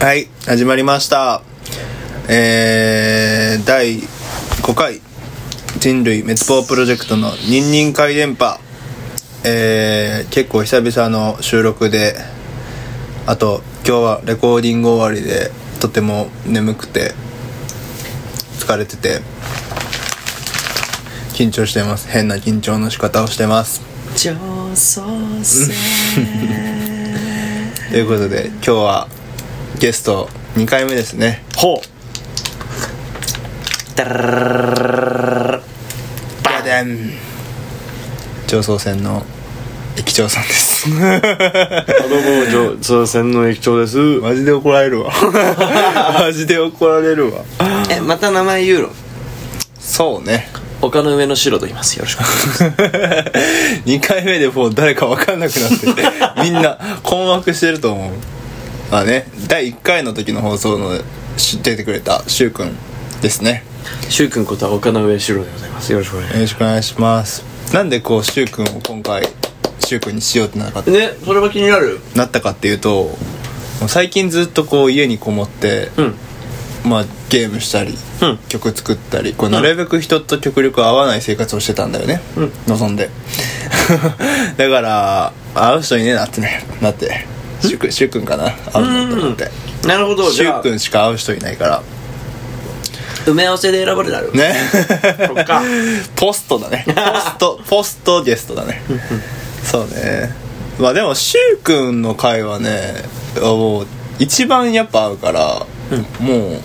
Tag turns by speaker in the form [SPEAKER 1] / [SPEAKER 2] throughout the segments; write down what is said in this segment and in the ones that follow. [SPEAKER 1] はい、始まりました。えー、第5回人類滅亡プロジェクトの「ニンニン回電波」えー、結構久々の収録であと今日はレコーディング終わりでとても眠くて疲れてて緊張してます変な緊張の仕方をしてます
[SPEAKER 2] 上層 線
[SPEAKER 1] ということで今日はゲスト2回目ですね
[SPEAKER 2] ほうダララララララ
[SPEAKER 1] バデン上層線の駅長さんです
[SPEAKER 3] あどうも上線の駅長です
[SPEAKER 1] マジで怒られ るわマジで怒られるわ
[SPEAKER 2] えまた名前ユーロ
[SPEAKER 1] そうね
[SPEAKER 2] 丘の上の白と言いますよ ろしく
[SPEAKER 1] 2回目でもう誰か分かんなくなってみんな困惑してると思うまあね第1回の時の放送のし出てくれたしゅうくんですね
[SPEAKER 3] しゅうくんことは丘の上白でございますよろしくお願いし
[SPEAKER 1] よろしくお願いしますなんでこうしゅうくんを今回しゅうくんにしようってなかった
[SPEAKER 2] ねそれは気になる
[SPEAKER 1] なったかっていうともう最近ずっとこう家にこもって、
[SPEAKER 3] うん
[SPEAKER 1] まあ、ゲームしたり、
[SPEAKER 3] うん
[SPEAKER 1] 曲作ったりこうなるべく人と極力会わない生活をしてたんだよね、
[SPEAKER 3] うん
[SPEAKER 1] 望んで だから会う人いねえなってねなってしゅくしゅうくんかな会うのと思って
[SPEAKER 2] なるほど
[SPEAKER 1] し
[SPEAKER 2] じ
[SPEAKER 1] ゅ
[SPEAKER 2] ゃあ
[SPEAKER 1] うくんしか会う人いないから
[SPEAKER 2] 埋め合わせで選ばれたる
[SPEAKER 1] ね
[SPEAKER 3] そっか
[SPEAKER 1] ポストだねポストポストゲストだねそうねまあでもしゅうくんの回はねもう一番やっぱ合うから、もうね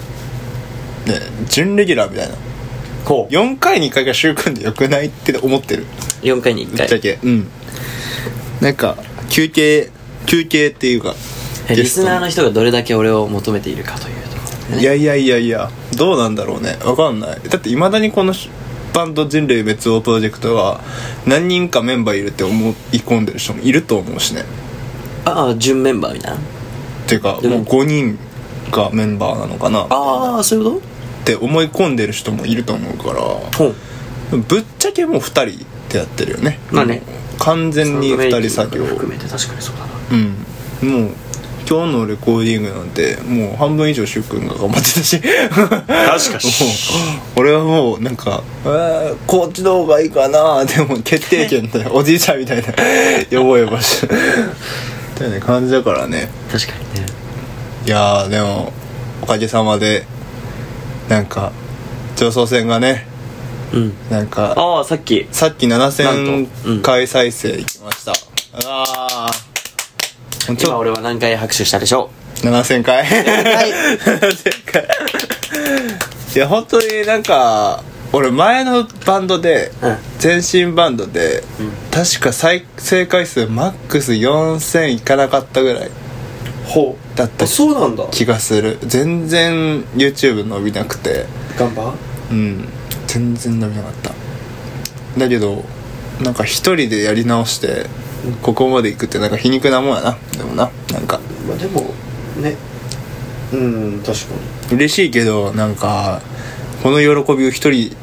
[SPEAKER 1] 準レギュラーみたいな
[SPEAKER 3] こう
[SPEAKER 1] 4回に1回がしゅうくんでよくないって思ってる
[SPEAKER 2] 4回に
[SPEAKER 1] ぶっ
[SPEAKER 2] 1
[SPEAKER 1] ちゃ
[SPEAKER 2] 回
[SPEAKER 1] けうんなんか休憩休憩っていうか
[SPEAKER 2] えリスナー
[SPEAKER 1] ゲ
[SPEAKER 2] の人がどれだけ俺を求めているかというところ
[SPEAKER 1] いやいやいやいやどうなんだろうねわかんないだっていまだにこのしバンド人類滅亡プロジェクトは何人かメンバーいるって思い込んでる人もいると思うしね
[SPEAKER 2] ああ準メンバーみたいな
[SPEAKER 1] っていうか
[SPEAKER 2] で
[SPEAKER 1] も
[SPEAKER 2] も
[SPEAKER 1] う5人がメンバーなのかなっ
[SPEAKER 2] ああそういうこ
[SPEAKER 1] て思い込んでる人もいると思うから
[SPEAKER 2] とほう
[SPEAKER 1] ぶっちゃけもう2人ってやってるよね
[SPEAKER 2] まあね
[SPEAKER 1] 完全に2人作業
[SPEAKER 2] 含めて確かにそうだな
[SPEAKER 1] うんもう今日のレコーディングなんてもう半分以上しゅうくんが頑張ってたし
[SPEAKER 3] 確かに
[SPEAKER 1] もう 俺はもうなんか「えーこっちの方がいいかな」でも決定権だ よおじいちゃんみたいな呼ぼう呼ばしみたいな感じだからね
[SPEAKER 2] 確かにね
[SPEAKER 1] いやーでもおかげさまでなんか上層線がね
[SPEAKER 2] うん
[SPEAKER 1] なんか
[SPEAKER 2] ああさっき
[SPEAKER 1] さっき
[SPEAKER 2] なんとう
[SPEAKER 1] 7000
[SPEAKER 2] ん
[SPEAKER 1] 回再生いきました、ああ
[SPEAKER 2] 今俺は何回拍手したでしょ
[SPEAKER 1] 7000回7000回いや本当になんか俺前のバンドで
[SPEAKER 2] うん
[SPEAKER 1] 全身バンドで
[SPEAKER 2] ん
[SPEAKER 1] 確か再生回数マックス4000いかなかったぐらいう
[SPEAKER 2] ほ
[SPEAKER 1] だった
[SPEAKER 2] あそうなんだ
[SPEAKER 1] 気がする全然 YouTube 伸びなくて
[SPEAKER 2] 頑張
[SPEAKER 1] うん全然伸びなかっただけどなんか一人でやり直してここまで行くってなんか皮肉なもんやなでもななんか
[SPEAKER 2] まあでもねうん確か
[SPEAKER 1] 嬉しいけどなんかこの喜びを一人、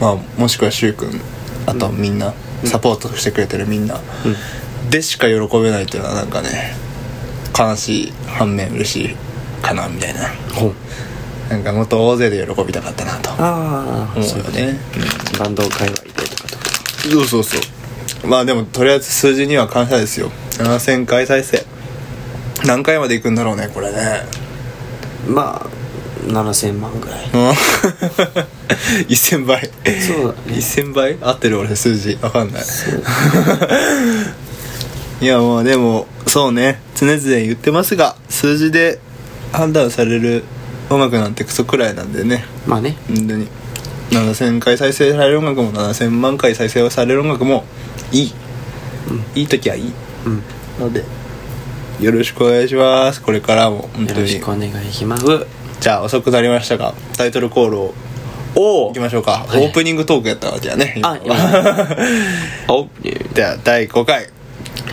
[SPEAKER 1] まあ、もしくはく君あとはみんな、サポートしてくれてるみんな、でしか喜べないっていうのはなんかね悲しい反面嬉しいかなみたいな
[SPEAKER 2] ほう
[SPEAKER 1] なんかもっと大勢で喜びたかったなと
[SPEAKER 2] ああ
[SPEAKER 1] 思うよね
[SPEAKER 2] バンド界隈でとかとか
[SPEAKER 1] うんそうそうそうまあでもとりあえず数字には感謝ですよ7000回再生何回までいくんだろうねこれね
[SPEAKER 2] まあ7000万ぐらい
[SPEAKER 1] うん1000倍
[SPEAKER 2] そうだね
[SPEAKER 1] 1000倍合ってる俺数字わかんないいやもうでもそうね常々言ってますが数字で判断される音楽なんてクソくらいなんでね
[SPEAKER 2] まあね
[SPEAKER 1] 本当に7000回再生される音楽も7000万回再生される音楽もいい、いい時はいい
[SPEAKER 2] うん
[SPEAKER 1] のでよろしくお願いしますこれからも本
[SPEAKER 2] よ
[SPEAKER 1] 当
[SPEAKER 2] ろし
[SPEAKER 1] に
[SPEAKER 2] くお願いしますう
[SPEAKER 1] じゃあ遅くなりましたがタイトルコールを
[SPEAKER 2] お
[SPEAKER 1] 行きましょうか、
[SPEAKER 2] はい
[SPEAKER 1] オープニングトークやったわけやね今
[SPEAKER 2] あ今お
[SPEAKER 1] では第5回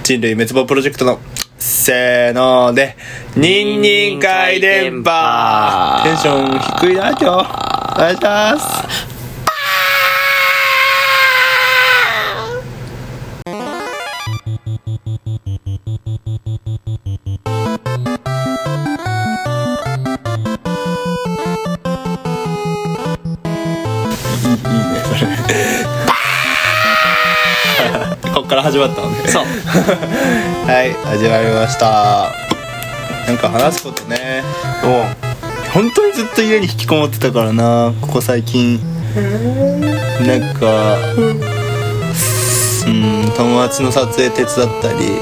[SPEAKER 1] 人類滅亡プロジェクトのせーので「ニンニン回電波」テンション低いな今日お願いします
[SPEAKER 4] 「始まったのねそう
[SPEAKER 1] はい始まりましたなんか話すことね本当にずっと家に引きこもってたからなここ最近なんかうん友達の撮影手伝ったり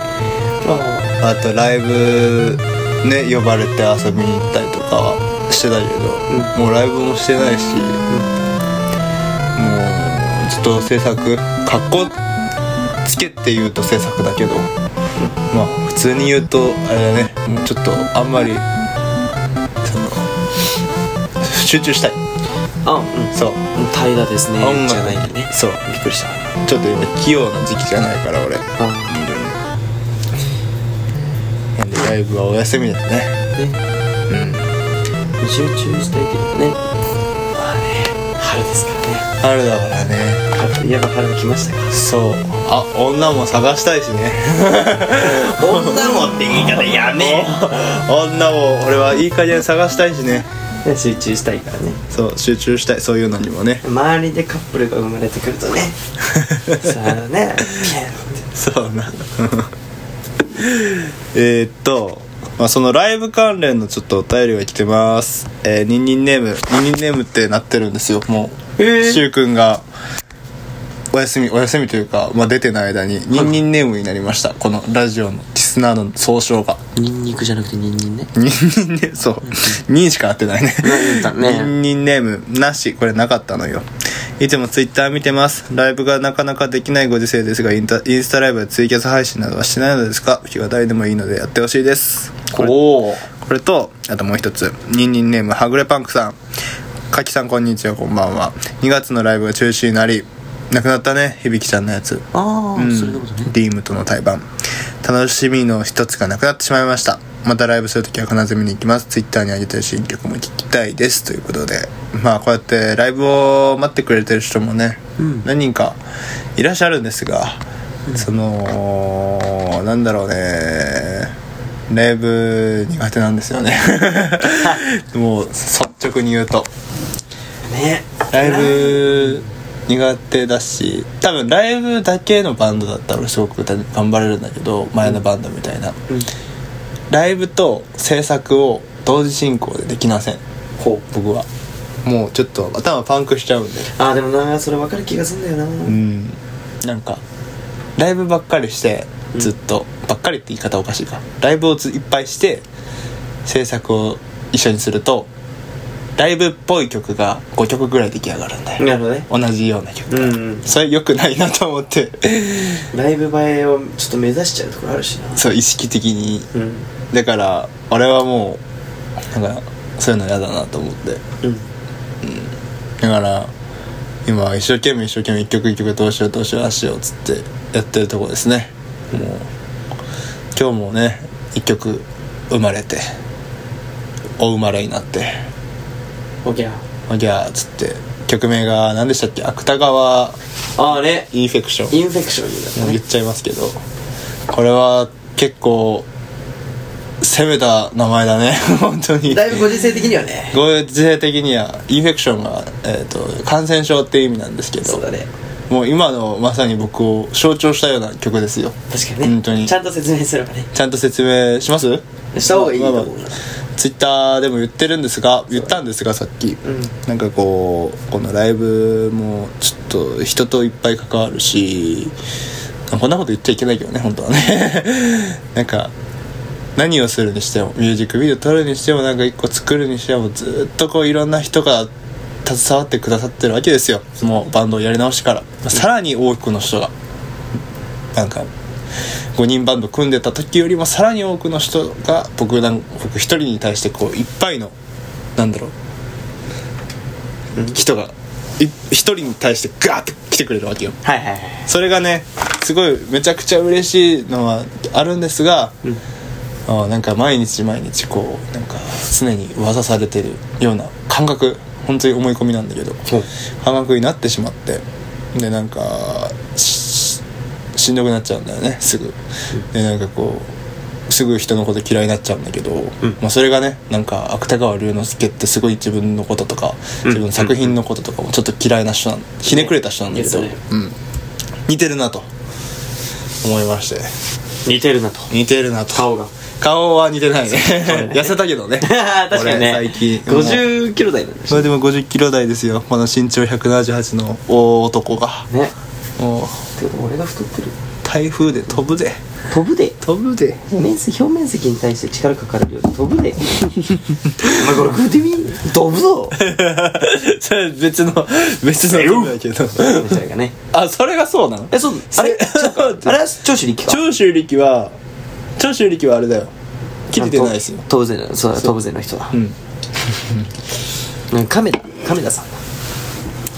[SPEAKER 1] あとライブね呼ばれて遊びに行ったりとかはしてたけど、もうライブもしてないし、もうずっと制作格好つけって言うと制作だけどまあ普通に言うとあれだねもうちょっとあんまりその集中したい
[SPEAKER 4] あうん
[SPEAKER 1] そう
[SPEAKER 4] 平らですね
[SPEAKER 1] 音楽
[SPEAKER 4] じゃないんだね
[SPEAKER 1] そう
[SPEAKER 4] びっくりした
[SPEAKER 1] ちょっと今器用な時期じゃないから俺
[SPEAKER 4] あ
[SPEAKER 1] なんでライブはお休みだね
[SPEAKER 4] ねうん集中したいけどねまあね春ですからね
[SPEAKER 1] 春だからね
[SPEAKER 4] 春やっぱ春が来ましたか
[SPEAKER 1] そうあ女も探したいしね
[SPEAKER 4] 女もって言い方やめ
[SPEAKER 1] 女を俺はいい加減探したいしね
[SPEAKER 4] 集中したいからね
[SPEAKER 1] そう集中したいそういうのにもね
[SPEAKER 4] 周りでカップルが生まれてくると ねさあねピエンって
[SPEAKER 1] そうなえーっと、まあ、そのライブ関連のちょっとお便りが来てますえー、ニンニンネームニンニンネームってなってるんですよもう、
[SPEAKER 4] えー
[SPEAKER 1] しゅうくんがお休みお休みというか、まあ、出てない間にニンニンネームになりましたこのラジオのリスナーの総称が
[SPEAKER 4] ニンニクじゃなくてニンニンね
[SPEAKER 1] ニンニンネームそうニンしか合ってないね
[SPEAKER 4] だね
[SPEAKER 1] ニンニンネームなしこれなかったのよいつもツイッター見てますライブがなかなかできないご時世ですがインタインスタライブやツイキャス配信などはしてないのですか気が誰でもいいのでやってほしいですこれ
[SPEAKER 3] おお
[SPEAKER 1] これとあともう一つニンニンネームはぐれパンクさんかきさんこんにちはこんばんは2月のライブが中止になりなくなったね響ちゃんのやつ
[SPEAKER 4] ああ、
[SPEAKER 1] うん
[SPEAKER 4] それのことね
[SPEAKER 1] ディームとの対バン楽しみの一つがなくなってしまいましたまたライブするときは必ず見に行きますツイッターに上げてる新曲も聞きたいですということでまあこうやってライブを待ってくれてる人もね、何人かいらっしゃるんですが、そのなんだろうねライブ苦手なんですよ ねもう率直に言うと
[SPEAKER 4] ね
[SPEAKER 1] ライブ苦手だし多分ライブだけのバンドだったらすごく頑張れるんだけど前のバンドみたいな、ライブと制作を同時進行でできません
[SPEAKER 4] ほ
[SPEAKER 1] 僕はもうちょっと頭パンクしちゃうんで
[SPEAKER 4] ああでもなそれ分かる気がすんだよな、
[SPEAKER 1] うんなんかライブばっかりしてずっと、ばっかりって言い方おかしいかライブをずいっぱいして制作を一緒にするとライブっぽい曲が5曲ぐらい出来上がるんだよ、
[SPEAKER 4] なるほどね
[SPEAKER 1] 同じような曲
[SPEAKER 4] う
[SPEAKER 1] が、
[SPEAKER 4] ん
[SPEAKER 1] それ良くないなと思って
[SPEAKER 4] ライブ映えをちょっと目指しちゃうところあるしな
[SPEAKER 1] そう意識的に
[SPEAKER 4] うん
[SPEAKER 1] だから俺はもうなんかそういうの嫌だなと思って
[SPEAKER 4] うん
[SPEAKER 1] だから今一生懸命一生懸命一曲一曲どうしようどうしようああしようっつってやってるとこですねもう今日もね一曲生まれてお生まれになって
[SPEAKER 4] おきゃ
[SPEAKER 1] おぎゃーっつって曲名が何でしたっけ芥川
[SPEAKER 4] ああね
[SPEAKER 1] インフェクション
[SPEAKER 4] インフェクションになった
[SPEAKER 1] もう
[SPEAKER 4] ね
[SPEAKER 1] 言っちゃいますけどこれは結構攻めた名前だね 本当に
[SPEAKER 4] だいぶご時世的にはね
[SPEAKER 1] ご時世的にはインフェクションが、えー、と感染症っていう意味なんですけ
[SPEAKER 4] そ
[SPEAKER 1] ど
[SPEAKER 4] うだね
[SPEAKER 1] もう今のまさに僕を象徴したような曲ですよ
[SPEAKER 4] 確かにね
[SPEAKER 1] 本当に
[SPEAKER 4] ちゃんと説明すればね
[SPEAKER 1] ちゃんと説明します
[SPEAKER 4] した方がいいと思うな
[SPEAKER 1] ツイッターでも言ってるんですが言ったんですがさっき、
[SPEAKER 4] ん
[SPEAKER 1] なんかこうこのライブもちょっと人といっぱい関わるしこんなこと言っちゃいけないけどね本当はね なんか何をするにしてもミュージックビデオ撮るにしてもなんか一個作るにしてもずっとこういろんな人が携わってくださってるわけですよもうバンドをやり直してからさらに多くの人がなんか5人バンド組んでた時よりもさらに多くの人が僕なん僕一人に対してこういっぱいのなんだろう人がい一人に対してガーッて来てくれるわけよ
[SPEAKER 4] はいはいはい
[SPEAKER 1] それがねすごいめちゃくちゃ嬉しいのはあるんですが、あなんか毎日毎日こうなんか常に噂されてるような感覚本当に思い込みなんだけど感覚になってしまってでなんかししんどくなっちゃうんだよねすぐでなんかこうすぐ人のこと嫌いになっちゃうんだけど、まあ、それがねなんか芥川龍之介ってすごい自分のこととか自分の作品のこととかもちょっと嫌いな人なんひねくれた人なんだけど、
[SPEAKER 4] 言ってた
[SPEAKER 1] う
[SPEAKER 4] ね
[SPEAKER 1] ん似てるなと思いまして
[SPEAKER 4] 似てるなと
[SPEAKER 1] 似てるなと
[SPEAKER 4] 顔が
[SPEAKER 1] 顔は似てないね 痩せたけどね
[SPEAKER 4] 確かにね
[SPEAKER 1] 俺最近
[SPEAKER 4] 50キロ台なんだし
[SPEAKER 1] まあでも50キロ台ですよこの身長178の大男が
[SPEAKER 4] ね
[SPEAKER 1] もう
[SPEAKER 4] てか俺が太ってる
[SPEAKER 1] 台風で飛ぶで
[SPEAKER 4] 飛ぶで
[SPEAKER 1] 飛ぶで
[SPEAKER 4] 面積表面積に対して力かかるより飛ぶ でお前これ食うてみ飛ぶ ぞ
[SPEAKER 1] それ別の別の飛ぶだけど
[SPEAKER 4] みたいなね
[SPEAKER 1] あそれがそうなの
[SPEAKER 4] えそうあれ違うかあれは長州力か
[SPEAKER 1] 長州力は長州力はあれだよ切れてないですよ
[SPEAKER 4] 飛ぶぜのそうだ飛ぶぜの人だ
[SPEAKER 1] うん
[SPEAKER 4] うん亀田亀田さんだ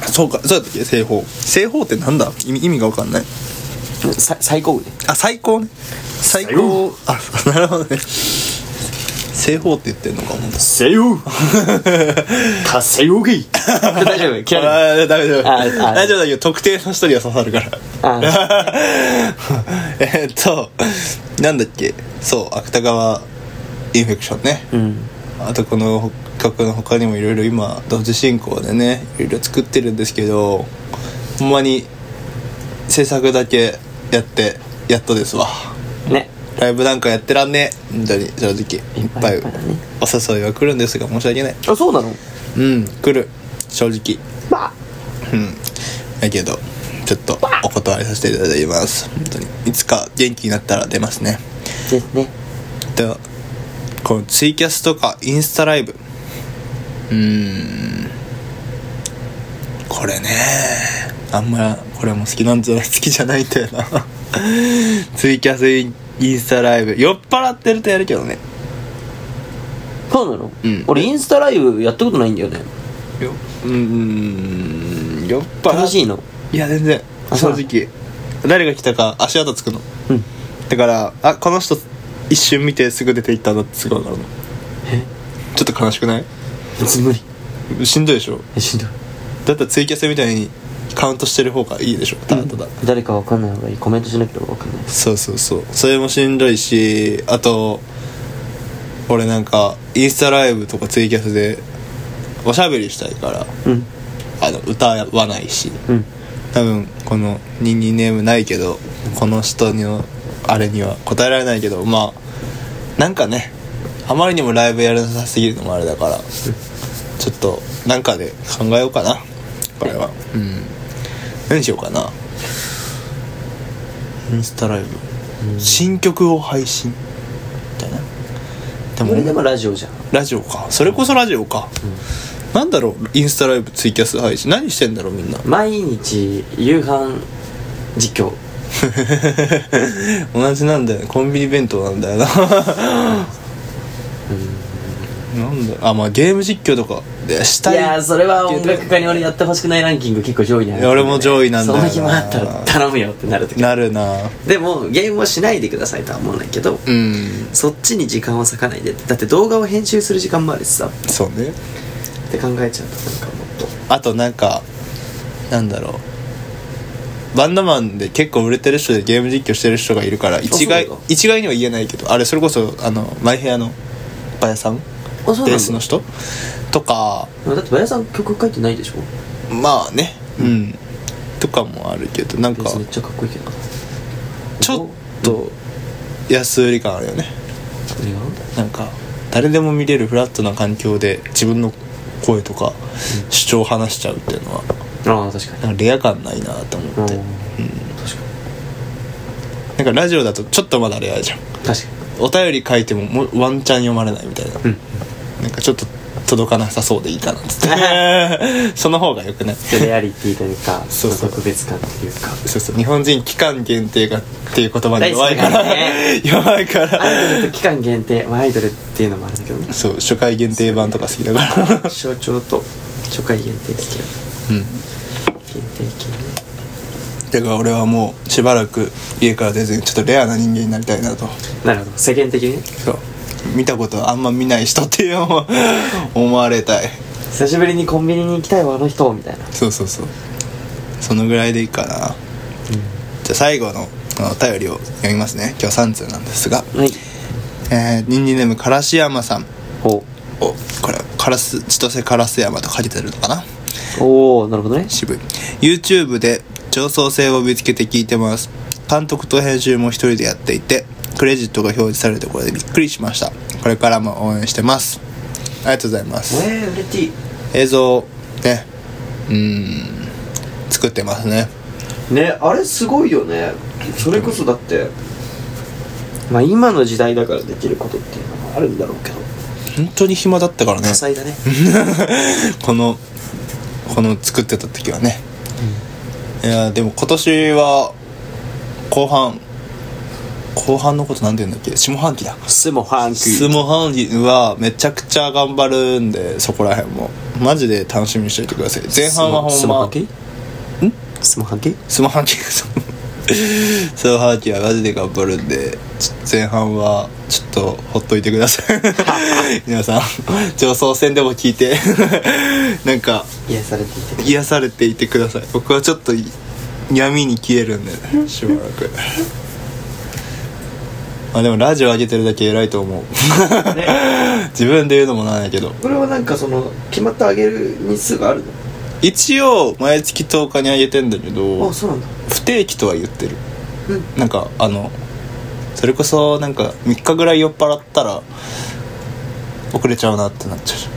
[SPEAKER 1] そうかそうだったっけ西方西方ってなんだ意味意味が分かんない
[SPEAKER 4] うんさ最高部ね
[SPEAKER 1] あ最高ね最高あなるほどね西方って言ってんのかも
[SPEAKER 3] せ よかせよぎ
[SPEAKER 4] 大丈 夫嫌いな
[SPEAKER 1] あーダメだ
[SPEAKER 4] あーあー
[SPEAKER 1] 大丈夫だけど特定の人には刺さるから
[SPEAKER 4] あー
[SPEAKER 1] えーっとなんだっけそう芥川インフェクションね、
[SPEAKER 4] うん
[SPEAKER 1] あとこの曲の他にもいろいろ今同時進行でねいろいろ作ってるんですけどほんまに制作だけやってやっとですわ
[SPEAKER 4] ね
[SPEAKER 1] ライブなんかやってらんねえ本当に正直いっぱい
[SPEAKER 4] いっぱいだね
[SPEAKER 1] お誘いは来るんですが申し訳ない
[SPEAKER 4] あそうなの
[SPEAKER 1] うん来る正直
[SPEAKER 4] まあ
[SPEAKER 1] うんだけどちょっとお断りさせていただきます本当にいつか元気になったら出ますね
[SPEAKER 4] ですね
[SPEAKER 1] でこのツイキャスとかインスタライブうーんこれねあんまこれも好きなんじゃない好きじゃないんだよなツイキャスインインスタライブ酔っ払ってるとやるけどね
[SPEAKER 4] そうなの、
[SPEAKER 1] うん
[SPEAKER 4] 俺インスタライブやったことないんだよね
[SPEAKER 1] ようーん酔っ払っ
[SPEAKER 4] 楽しいの
[SPEAKER 1] いや全然
[SPEAKER 4] あ
[SPEAKER 1] 正直誰が来たか足跡つくの
[SPEAKER 4] うん
[SPEAKER 1] だからあこの人一瞬見てすぐ出ていったんだってすぐ分かるのちょっと悲しくない
[SPEAKER 4] 別に無理
[SPEAKER 1] しんどいでしょ
[SPEAKER 4] えしんどい
[SPEAKER 1] だったらツイキャスみたいにカウントしてる方がいいでしょただただ、
[SPEAKER 4] 誰かわかんない方がいいコメントしなければわかんない
[SPEAKER 1] そうそうそうそれもしんどいしあと俺なんかインスタライブとかツイキャスでおしゃべりしたいから
[SPEAKER 4] うん
[SPEAKER 1] あの歌わないし
[SPEAKER 4] うん
[SPEAKER 1] 多分この「ニンニンネーム」ないけどこの人のあれには答えられないけどまあなんかねあまりにもライブやらなさすぎるのもあれだからちょっとなんかで考えようかなこれはうん何しようかなインスタライブ新曲を配信みたいなで
[SPEAKER 4] 俺
[SPEAKER 1] も
[SPEAKER 4] でもラジオじゃん
[SPEAKER 1] ラジオかそれこそラジオか、なんだろうインスタライブツイキャス配信何してんだろうみんな
[SPEAKER 4] 毎日夕飯実況
[SPEAKER 1] 同じなんだよねコンビニ弁当なんだよな なんだよあまあゲーム実況とかでした
[SPEAKER 4] い
[SPEAKER 1] い
[SPEAKER 4] やーそれは音楽家に俺やってほしくないランキング結構上位にある、
[SPEAKER 1] いや俺も上位なんだよ
[SPEAKER 4] そ
[SPEAKER 1] な
[SPEAKER 4] の暇あったら頼むよってなる時
[SPEAKER 1] なるな
[SPEAKER 4] でもゲームをしないでくださいとは思わないけど、
[SPEAKER 1] うん
[SPEAKER 4] そっちに時間を割かないでだって動画を編集する時間もあるしさっ
[SPEAKER 1] そうね
[SPEAKER 4] て考えちゃうとなんかもっと
[SPEAKER 1] あとなんかなんだろうバンドマンで結構売れてる人でゲーム実況してる人がいるから一概
[SPEAKER 4] そうなんだ
[SPEAKER 1] 一概には言えないけどあれそれこそあのマイヘアのバヤさん
[SPEAKER 4] あそうなんだ
[SPEAKER 1] ベースの人とか
[SPEAKER 4] だってバヤさん曲書いてないでしょ
[SPEAKER 1] まあねうんとかもあるけどなん
[SPEAKER 4] ベ
[SPEAKER 1] か
[SPEAKER 4] ースめっちゃかっこいいけどな
[SPEAKER 1] ちょっと安売り感あるよね
[SPEAKER 4] 何が
[SPEAKER 1] なんか誰でも見れるフラットな環境で自分の声とか主張を話しちゃうっていうのは
[SPEAKER 4] ああ確かに
[SPEAKER 1] なんかレア感ないなと
[SPEAKER 4] う
[SPEAKER 1] 思
[SPEAKER 4] ん
[SPEAKER 1] って
[SPEAKER 4] 確か
[SPEAKER 1] なんかラジオだとちょっとまだレアじゃん
[SPEAKER 4] に確か
[SPEAKER 1] お便り書いてももうワンチャン読まれないみたいな、
[SPEAKER 4] うん
[SPEAKER 1] なんかちょっと届かなさそうでいいかなっつって その方がよくない
[SPEAKER 4] にレアリティというか
[SPEAKER 1] そうそう
[SPEAKER 4] 特別感というか
[SPEAKER 1] そうそう日本人期間限定がっていう言葉に弱いから
[SPEAKER 4] 大好きだね
[SPEAKER 1] 弱いから
[SPEAKER 4] アイドルと期間限定、まあ、アイドルっていうのもあるんだけ どね
[SPEAKER 1] そう初回限定版とか好きだから
[SPEAKER 4] 象徴と初回限定好きや
[SPEAKER 1] うん
[SPEAKER 4] 限定系ね
[SPEAKER 1] だから俺はもうしばらく家から出ずにちょっとレアな人間になりたいなと
[SPEAKER 4] なるほど世間的にね
[SPEAKER 1] そう見たことあんま見ない人っていうのを 思われたい
[SPEAKER 4] 久しぶりにコンビニに行きたいわあの人みたいな
[SPEAKER 1] そうそうそうそのぐらいでいいかな、じゃあ最後のこのお便りを読みますね今日3通なんですが
[SPEAKER 4] はい
[SPEAKER 1] えー、ニンニンネームからし山さん
[SPEAKER 4] お
[SPEAKER 1] おこれカラス千歳烏山と書いてるのかな
[SPEAKER 4] おーなるほどね
[SPEAKER 1] 渋い YouTube で上層性を見つけて聞いてます監督と編集も一人でやっていてクレジットが表示されてこれでびっくりしましたこれからも応援してますありがとうございます
[SPEAKER 4] えー、嬉しい
[SPEAKER 1] 映像ねうん作ってますね
[SPEAKER 4] ねあれすごいよねそれこそだってまあ今の時代だからできることっていうのもあるんだろうけど
[SPEAKER 1] 本当に暇だったからね
[SPEAKER 4] 多彩だね
[SPEAKER 1] このこの作ってた時はね、いやでも今年は後半後半のことなんて言うんだっけ下半期だ
[SPEAKER 4] スモハンキー
[SPEAKER 1] 下半期はめちゃくちゃ頑張るんでそこら辺もマジで楽しみにしておいてください前半はほ
[SPEAKER 4] ス
[SPEAKER 1] ん
[SPEAKER 4] モハ
[SPEAKER 1] ま
[SPEAKER 4] ンキ
[SPEAKER 1] ん
[SPEAKER 4] スモハンキ
[SPEAKER 1] 下半期 下半期はマジで頑張るんでちょ前半はちょっとほっといてください 皆さん 上層戦でも聞いて なんか
[SPEAKER 4] 癒されていて
[SPEAKER 1] 癒されていてください僕はちょっとい闇に消えるんでねしばらくまあでもラジオ上げてるだけ偉いと思う 自分で言うのもなんやけど
[SPEAKER 4] これはなんかその決まってあげる日数がある
[SPEAKER 1] 一応毎月10日に上げてんだけ
[SPEAKER 4] の
[SPEAKER 1] ど
[SPEAKER 4] あそうなんだ
[SPEAKER 1] 不定期とは言ってる、
[SPEAKER 4] う
[SPEAKER 1] なんかあのそれこそなんか3日ぐらい酔っ払ったら遅れちゃうなってなっちゃうじ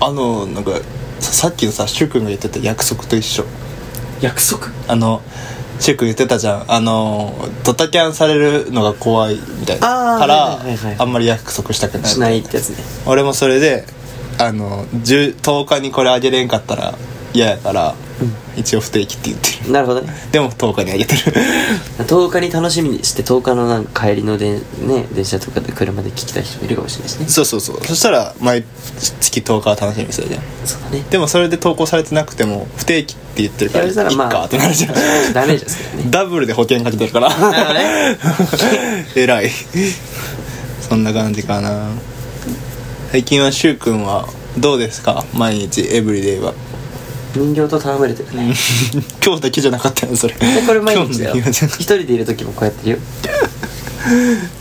[SPEAKER 1] ゃんあのなんかささっきのさく君が言ってた約束と一緒
[SPEAKER 4] 約束
[SPEAKER 1] あの柊君言ってたじゃんあのドタキャンされるのが怖いみたい
[SPEAKER 4] あ
[SPEAKER 1] な
[SPEAKER 4] ー
[SPEAKER 1] から、
[SPEAKER 4] はいはいはい
[SPEAKER 1] あんまり約束したくない
[SPEAKER 4] しないってやつね
[SPEAKER 1] 俺もそれであの 10, 10日にこれあげれんかったら嫌やから、一応不定期って言ってる
[SPEAKER 4] なるほどね
[SPEAKER 1] でも10日にあげてる
[SPEAKER 4] 10日に楽しみにして10日のなんか帰りので、ね、電車とかで車で聞きたい人もいるかもしれないしね
[SPEAKER 1] そうそうそうそしたら毎月10日は楽しみにするじゃん
[SPEAKER 4] そうだね
[SPEAKER 1] でもそれで投稿されてなくても不定期って言ってるから
[SPEAKER 4] やれたらまあ
[SPEAKER 1] いっかってなるじゃん
[SPEAKER 4] ダメージですけどね
[SPEAKER 1] ダブルで保険かけてるから
[SPEAKER 4] なるほどね
[SPEAKER 1] えらいそんな感じかな最近はしゅうくんはどうですか毎日エブリデイは
[SPEAKER 4] 人形と戯れてるね
[SPEAKER 1] 今日だけじゃなかったよそれ
[SPEAKER 4] でこれ毎日だよ
[SPEAKER 1] 今日の
[SPEAKER 4] 一人でいる時もこうやってるよ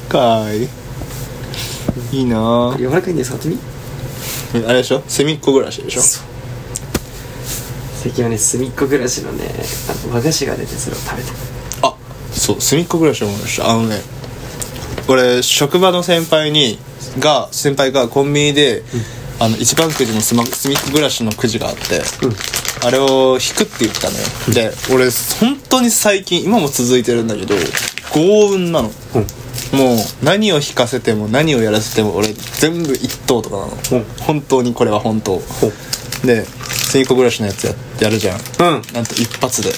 [SPEAKER 1] かわいいいいなあ
[SPEAKER 4] 柔らかいんで触ってみ
[SPEAKER 1] あれでしょ隅っこ暮らしでしょ
[SPEAKER 4] そう最近はね隅っこ暮らしのねあの和菓子が出てそれを食べて
[SPEAKER 1] あそう隅っこ暮らしを思いましたあのね俺職場の先輩にが先輩がコンビニで、あの一番くじのスマ隅っこ暮らしのくじがあって、あれを引くって言ったのよ、で俺本当に最近今も続いてるんだけど幸運なの、もう何を引かせても何をやらせても俺全部一等とかなの、本当にこれは本当、で隅っこ暮らしのやつややるじゃん、
[SPEAKER 4] うん
[SPEAKER 1] なんと一発で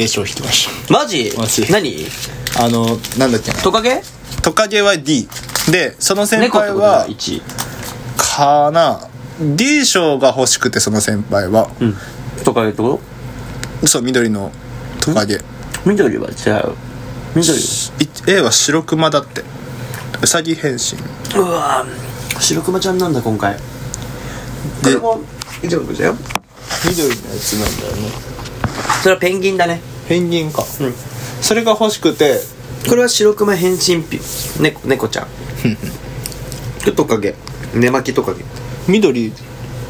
[SPEAKER 1] A 賞引きました
[SPEAKER 4] マジ
[SPEAKER 1] マジ
[SPEAKER 4] 何
[SPEAKER 1] あの、なんだっけな。
[SPEAKER 4] トカゲ
[SPEAKER 1] トカゲは D。で、その先
[SPEAKER 4] 猫って
[SPEAKER 1] 輩
[SPEAKER 4] ことだ
[SPEAKER 1] は、
[SPEAKER 4] 1
[SPEAKER 1] かな。D 賞が欲しくて、その先輩は。
[SPEAKER 4] トカゲってこ
[SPEAKER 1] そう、緑のトカゲ。
[SPEAKER 4] と緑は違う緑
[SPEAKER 1] い A は白クマだって。ウサギ変身。
[SPEAKER 4] うわぁ白熊ちゃんなんだ今回こ
[SPEAKER 1] で
[SPEAKER 4] れも以上だよ
[SPEAKER 1] 緑のやつなんだよね。
[SPEAKER 4] それはペンギンだね
[SPEAKER 1] ペンギンか。
[SPEAKER 4] うん
[SPEAKER 1] それが欲しくて、
[SPEAKER 4] これは白熊変身ピ猫猫ちゃんでトカゲ寝巻きトカゲ
[SPEAKER 1] 緑、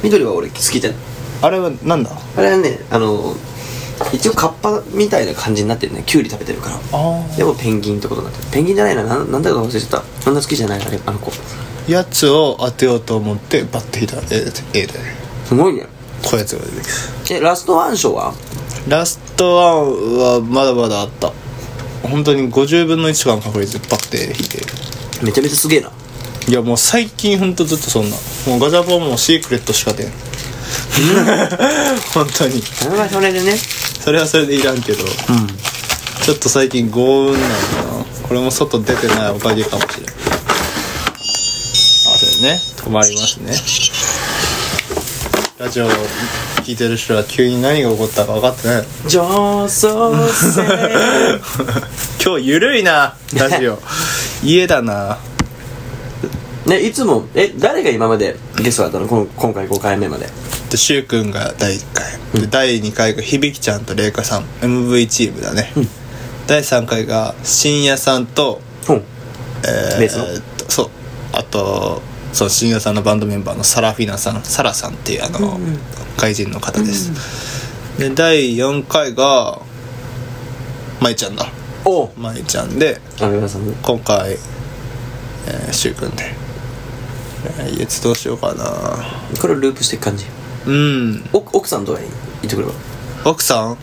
[SPEAKER 4] 緑は俺好きだよ
[SPEAKER 1] あれはなんだ
[SPEAKER 4] あれはねあの一応カッパみたいな感じになってるねキュウリ食べてるから
[SPEAKER 1] あ
[SPEAKER 4] でもペンギンってことになってるペンギンじゃないななんなんだか忘れちゃったそんな好きじゃないあれあの子す
[SPEAKER 1] あ。やつを当てようと思って、バッて引いたら A, A だよね。
[SPEAKER 4] ごいね
[SPEAKER 1] こういうやつが出てきた。
[SPEAKER 4] えラストワン賞は
[SPEAKER 1] ラストワンはまだまだあった本当に50分の1間確率でパッて引いて
[SPEAKER 4] めちゃめちゃすげえない
[SPEAKER 1] やもう最近本当ずっとそんなもうガチャポンもシークレットしか出ん本当に
[SPEAKER 4] それはそれでね
[SPEAKER 1] それはそれでいらんけど、ちょっと最近幸運なのかなこれも外出てないおかげかもしれないあそれね止まりますねラジオ聞いてる人は急に何が起こったか分かってない
[SPEAKER 4] 上層線
[SPEAKER 1] 今日ゆるいなラジオ 家だな
[SPEAKER 4] ねいつもえ誰が今までゲストだったのこん今回5回目まで
[SPEAKER 1] でしゅうくんが第1回、で第2回が響ちゃんとれいかさん MV チームだね、第3回が深夜さんと
[SPEAKER 4] うん
[SPEAKER 1] え
[SPEAKER 4] ベースの
[SPEAKER 1] えーっとそうあとそう深夜さんのバンドメンバーのサラフィナさんサラさんっていうあの、外人の方です、で第4回が舞ちゃんだ
[SPEAKER 4] お
[SPEAKER 1] まいちゃんで
[SPEAKER 4] あ皆さんね
[SPEAKER 1] 今回、えー、シュウくんで来月どうしようかな
[SPEAKER 4] これをループしていく感じ
[SPEAKER 1] うん
[SPEAKER 4] お奥さんとかに言ってくれば
[SPEAKER 1] 奥さん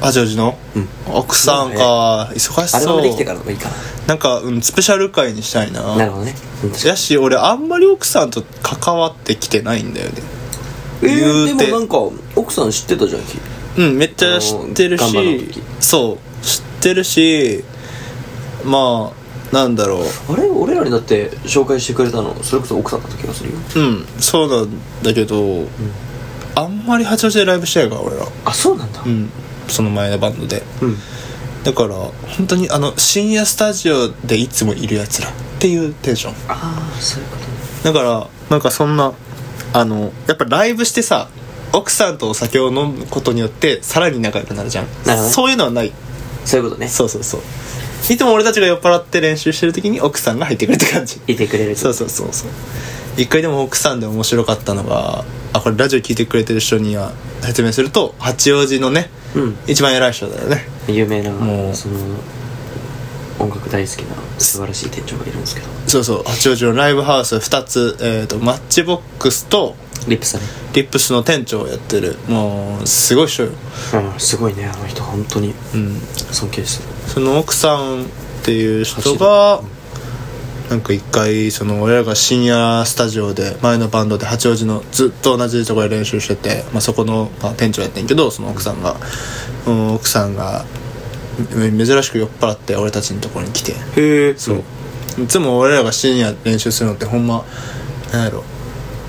[SPEAKER 1] あジョージの、
[SPEAKER 4] うん
[SPEAKER 1] 奥さんか忙し
[SPEAKER 4] アルバ
[SPEAKER 1] そ
[SPEAKER 4] ム
[SPEAKER 1] う
[SPEAKER 4] できてからの方がいいか
[SPEAKER 1] なんか、うん、スペシャル回にしたいな
[SPEAKER 4] ななるほどねうん確か
[SPEAKER 1] やし俺あんまり奥さんと関わってきてないんだよね
[SPEAKER 4] にえー
[SPEAKER 1] 言うて
[SPEAKER 4] でもなんか奥さん知ってたじゃんき
[SPEAKER 1] うんめっちゃ知ってる
[SPEAKER 4] あのガンバの
[SPEAKER 1] し
[SPEAKER 4] 時
[SPEAKER 1] そう知ってるしまあなんだろう
[SPEAKER 4] あれ俺らにだって紹介してくれたのそれこそ奥さんだった気がするよ
[SPEAKER 1] うんそうなんだけど、あんまり八王子でライブしてないから俺ら
[SPEAKER 4] あそうなんだ
[SPEAKER 1] うんその前のバンドで
[SPEAKER 4] うん
[SPEAKER 1] だから本当にあの深夜スタジオでいつもいるやつらっていうテンション
[SPEAKER 4] ああそういうことね
[SPEAKER 1] だからなんかそんなあのやっぱライブしてさ奥さんとお酒を飲むことによってさらに仲良くなるじゃん
[SPEAKER 4] なるほど
[SPEAKER 1] そういうのはない
[SPEAKER 4] そういうことね
[SPEAKER 1] そうそうそういつも俺たちが酔っ払って練習してる時に奥さんが入ってくるって感じ
[SPEAKER 4] いてくれる
[SPEAKER 1] そうそうそうそう一回でも奥さんで面白かったのがあこれラジオ聞いてくれてる人には説明すると八王子のね、
[SPEAKER 4] うん
[SPEAKER 1] 一番偉い人だよね
[SPEAKER 4] 有名な
[SPEAKER 1] もう
[SPEAKER 4] その音楽大好きな素晴らしい店長がいるんですけど
[SPEAKER 1] そうそう八王子のライブハウス2つ、えー、とマッチボックスと
[SPEAKER 4] リップさんね
[SPEAKER 1] リップスの店長をやってるもうすごい人よ、
[SPEAKER 4] うんすごいねあの人本当に
[SPEAKER 1] うん、
[SPEAKER 4] 尊敬してる
[SPEAKER 1] その奥さんっていう人がなんか一回その俺らが深夜スタジオで前のバンドで八王子のずっと同じとこで練習してて、まあ、そこの、まあ、店長やってんけどその奥さんが、うん、奥さんがめ珍しく酔っ払って俺たちのところに来て
[SPEAKER 4] へえそ
[SPEAKER 1] そういつも俺らが深夜練習するのってほんまなんやろ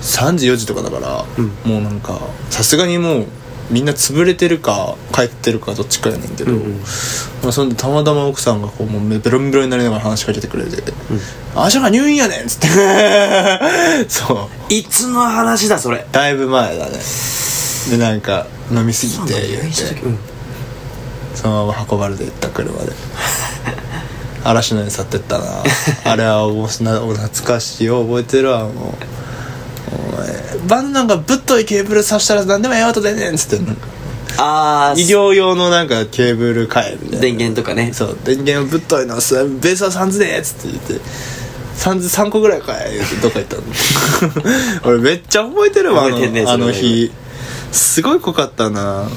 [SPEAKER 1] 3時4時とかだから、もうなんかさすがにもうみんな潰れてるか帰ってるかどっちかやねんけど、まあ、そんでたまたま奥さんがこうもうめベロンベロンになりながら話しかけてくれて「あしゃが入院やねん」っつって そう
[SPEAKER 4] いつの話だそれ
[SPEAKER 1] だいぶ前だねでなんか飲みすぎて言って
[SPEAKER 4] うん
[SPEAKER 1] そのまま運ばれていった車で嵐のように去ってった なあれはもうすなお懐かしいよ覚えてるわもうお前バンドなんかぶっといケーブル刺したら何でもええ音出んねんっつってなんか
[SPEAKER 4] ああ
[SPEAKER 1] 医療用のなんかケーブル変えみたいな
[SPEAKER 4] 電源とかね
[SPEAKER 1] そう電源をぶっといのすベースは3ズでっつって言って3ズ3個ぐらいかい言ってどっか行 ったの俺めっちゃ覚えてるわあの,、
[SPEAKER 4] 覚えてんね
[SPEAKER 1] あの
[SPEAKER 4] それは
[SPEAKER 1] 日すごい濃かったな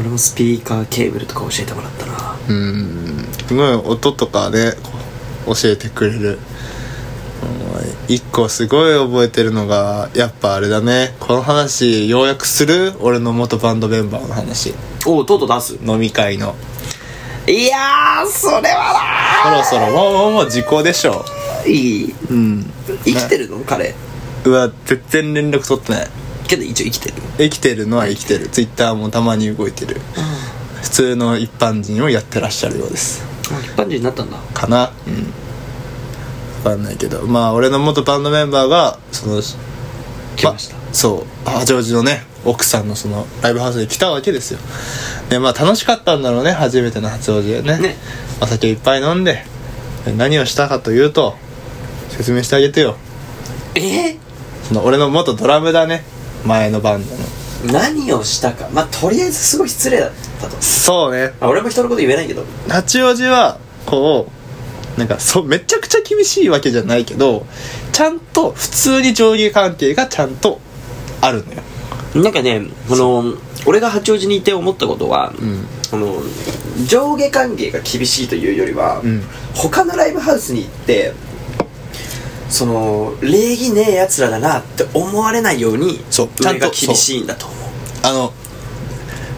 [SPEAKER 4] 俺もスピーカーケーブルとか教えてもらったな
[SPEAKER 1] うんすごい音とかねこう教えてくれるうん一個すごい覚えてるのがやっぱあれだねこの話ようやくする俺の元バンドメンバーの話
[SPEAKER 4] おうとうとう出す
[SPEAKER 1] 飲み会の
[SPEAKER 4] いやーそれは
[SPEAKER 1] そろそろもうもうもう時効でしょ
[SPEAKER 4] ないい
[SPEAKER 1] うん
[SPEAKER 4] 生きてるの彼
[SPEAKER 1] うわ全然連絡取ってない
[SPEAKER 4] けど一応生きてる
[SPEAKER 1] 生きてるのは生きてるツイッターもたまに動いてる普通の一般人をやってらっしゃるようです
[SPEAKER 4] あ一般人になったんだ
[SPEAKER 1] かなうん分かんないけどまあ俺の元バンドメンバーがその
[SPEAKER 4] 来ました
[SPEAKER 1] そう八王子のね奥さんのそのライブハウスに来たわけですよでまあ楽しかったんだろうね初めての八王子でね
[SPEAKER 4] ね
[SPEAKER 1] お酒いっぱい飲んでで何をしたかというと説明してあげてよ
[SPEAKER 4] え
[SPEAKER 1] その俺の元ドラムだね前のバンドの
[SPEAKER 4] ー、何をしたかまあとりあえずすごい失礼だったと
[SPEAKER 1] そうね
[SPEAKER 4] あ俺も人のこと言えないけど
[SPEAKER 1] 八王子はこうなんかそめちゃくちゃ厳しいわけじゃないけどちゃんと普通に上下関係がちゃんとあるのよ
[SPEAKER 4] なんかねこの俺が八王子にいて思ったことは、
[SPEAKER 1] ん
[SPEAKER 4] この上下関係が厳しいというよりは、
[SPEAKER 1] うん
[SPEAKER 4] 他のライブハウスに行ってその礼儀ねえやつらだなって思われないように
[SPEAKER 1] そうちゃん
[SPEAKER 4] 俺
[SPEAKER 1] と
[SPEAKER 4] が厳しいんだと思う
[SPEAKER 1] あの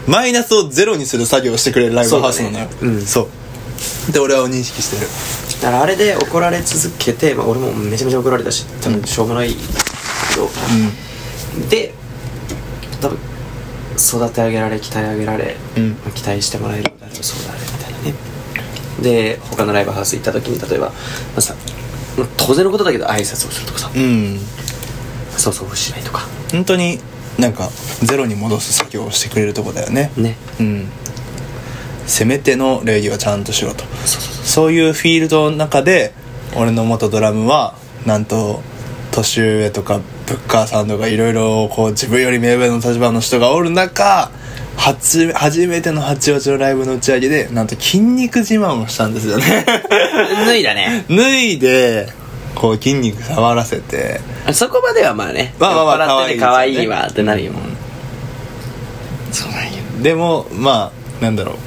[SPEAKER 1] マイナスをゼロにする作業をしてくれるライブハウスなのよ
[SPEAKER 4] そうだねうん
[SPEAKER 1] そうで俺は認識してる
[SPEAKER 4] だからあれで怒られ続けて、まあ、俺もめちゃめちゃ怒られたし多分しょうも ないけど、で多分育て上げられ鍛え上げられ、
[SPEAKER 1] うん
[SPEAKER 4] まあ期待してもらえるのであればそうだねみたいなねで他のライブハウス行った時に例えば、まあ、さまあ当然のことだけど挨拶をするとかさ
[SPEAKER 1] うん
[SPEAKER 4] そうそうしないとか
[SPEAKER 1] 本当になんかゼロに戻す作業をしてくれるとこだよね
[SPEAKER 4] ね
[SPEAKER 1] うんせめての礼儀はちゃんとしろと
[SPEAKER 4] そうそうそう
[SPEAKER 1] そういうフィールドの中で俺の元ドラムはなんと年上とかブッカーさんとかいろいろこう自分より目上の立場の人がおる中初初めての八王子のライブの打ち上げでなんと筋肉自慢をしたんですよね
[SPEAKER 4] 脱いだね
[SPEAKER 1] 脱いでこう筋肉触らせて
[SPEAKER 4] そこまではまあね
[SPEAKER 1] まあまあまあ
[SPEAKER 4] 笑ってて可
[SPEAKER 1] 可愛い
[SPEAKER 4] 愛
[SPEAKER 1] ですよね
[SPEAKER 4] いわってなるよそうなんよ
[SPEAKER 1] でもまあなんだろう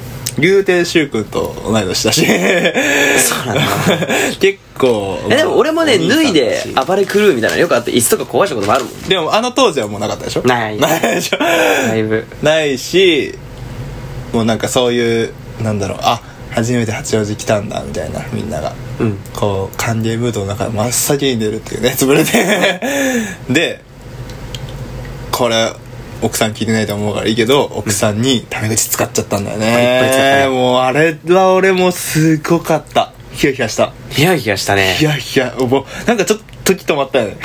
[SPEAKER 1] 竜亭柊君と同い年だし
[SPEAKER 4] そうなんだ
[SPEAKER 1] 結構
[SPEAKER 4] えでも俺もね
[SPEAKER 1] お兄さん
[SPEAKER 4] 脱いで
[SPEAKER 1] だし
[SPEAKER 4] 暴れ狂うみたいなのよくあって椅子とか壊したこともあるもん
[SPEAKER 1] でもあの当時はもうなかったでしょ
[SPEAKER 4] ない
[SPEAKER 1] ないでしょ
[SPEAKER 4] だいぶ
[SPEAKER 1] ないしもうなんかそういうなんだろうあ初めて八王子来たんだみたいなみんなが、
[SPEAKER 4] うん
[SPEAKER 1] こう歓迎ムードの中で真っ先に出るっていうね潰 れてでこれ奥さん聞いてないと思うからいいけど奥さんにタメ口使っちゃったんだよね
[SPEAKER 4] いっぱい使ったね
[SPEAKER 1] もうあれは俺もすごかったヒヤヒヤした
[SPEAKER 4] ヒヤヒヤしたね
[SPEAKER 1] いやいや、もう、なんかちょっと時止まった よね。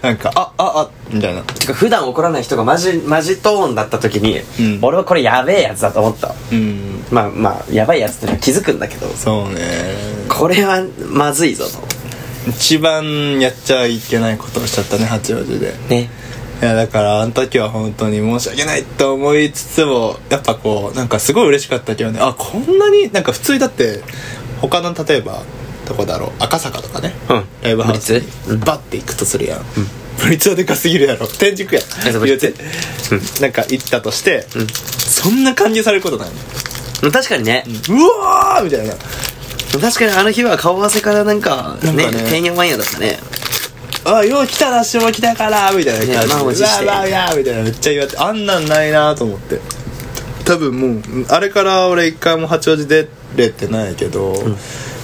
[SPEAKER 1] なんか、あ、あ、あ、みたいな。
[SPEAKER 4] てか普段怒らない人がマジマジトーンだった時に、
[SPEAKER 1] うん
[SPEAKER 4] 俺はこれやべえやつだと思った
[SPEAKER 1] うん。
[SPEAKER 4] まあまあやばいやつってのは気づくんだけど
[SPEAKER 1] そうね。
[SPEAKER 4] これはまずいぞと
[SPEAKER 1] 一番やっちゃいけないことをしちゃったね、八王子で。
[SPEAKER 4] ね
[SPEAKER 1] いや、だから、あの時は本当に申し訳ないと思いつつも、やっぱこう、なんかすごい嬉しかったけどね、あ、こんなに、なんか普通にだって、他の例えば、どこだろう、赤坂とかね、
[SPEAKER 4] うん
[SPEAKER 1] ライブハウス
[SPEAKER 4] ブリ
[SPEAKER 1] にバッて行くとするやん。ブリッツはでかすぎるやろ天竺や
[SPEAKER 4] やそ
[SPEAKER 1] ん
[SPEAKER 4] う
[SPEAKER 1] 言うて、
[SPEAKER 4] うん
[SPEAKER 1] なんか行ったとして、そんな感じされることないの
[SPEAKER 4] 確かにね、
[SPEAKER 1] うわーみたいな
[SPEAKER 4] 確かにあの日は顔合わせからなんか
[SPEAKER 1] なん
[SPEAKER 4] ね
[SPEAKER 1] かね
[SPEAKER 4] てんやわんやだったね
[SPEAKER 1] 「あよう来たな下来たから」みたいな
[SPEAKER 4] ね満
[SPEAKER 1] 感
[SPEAKER 4] を
[SPEAKER 1] じで
[SPEAKER 4] 持
[SPEAKER 1] 「
[SPEAKER 4] して
[SPEAKER 1] うわーうわーうわー」みたいなめっちゃ言われてあんなんないなと思って多分もうあれから俺一回も八王子出れてないけど、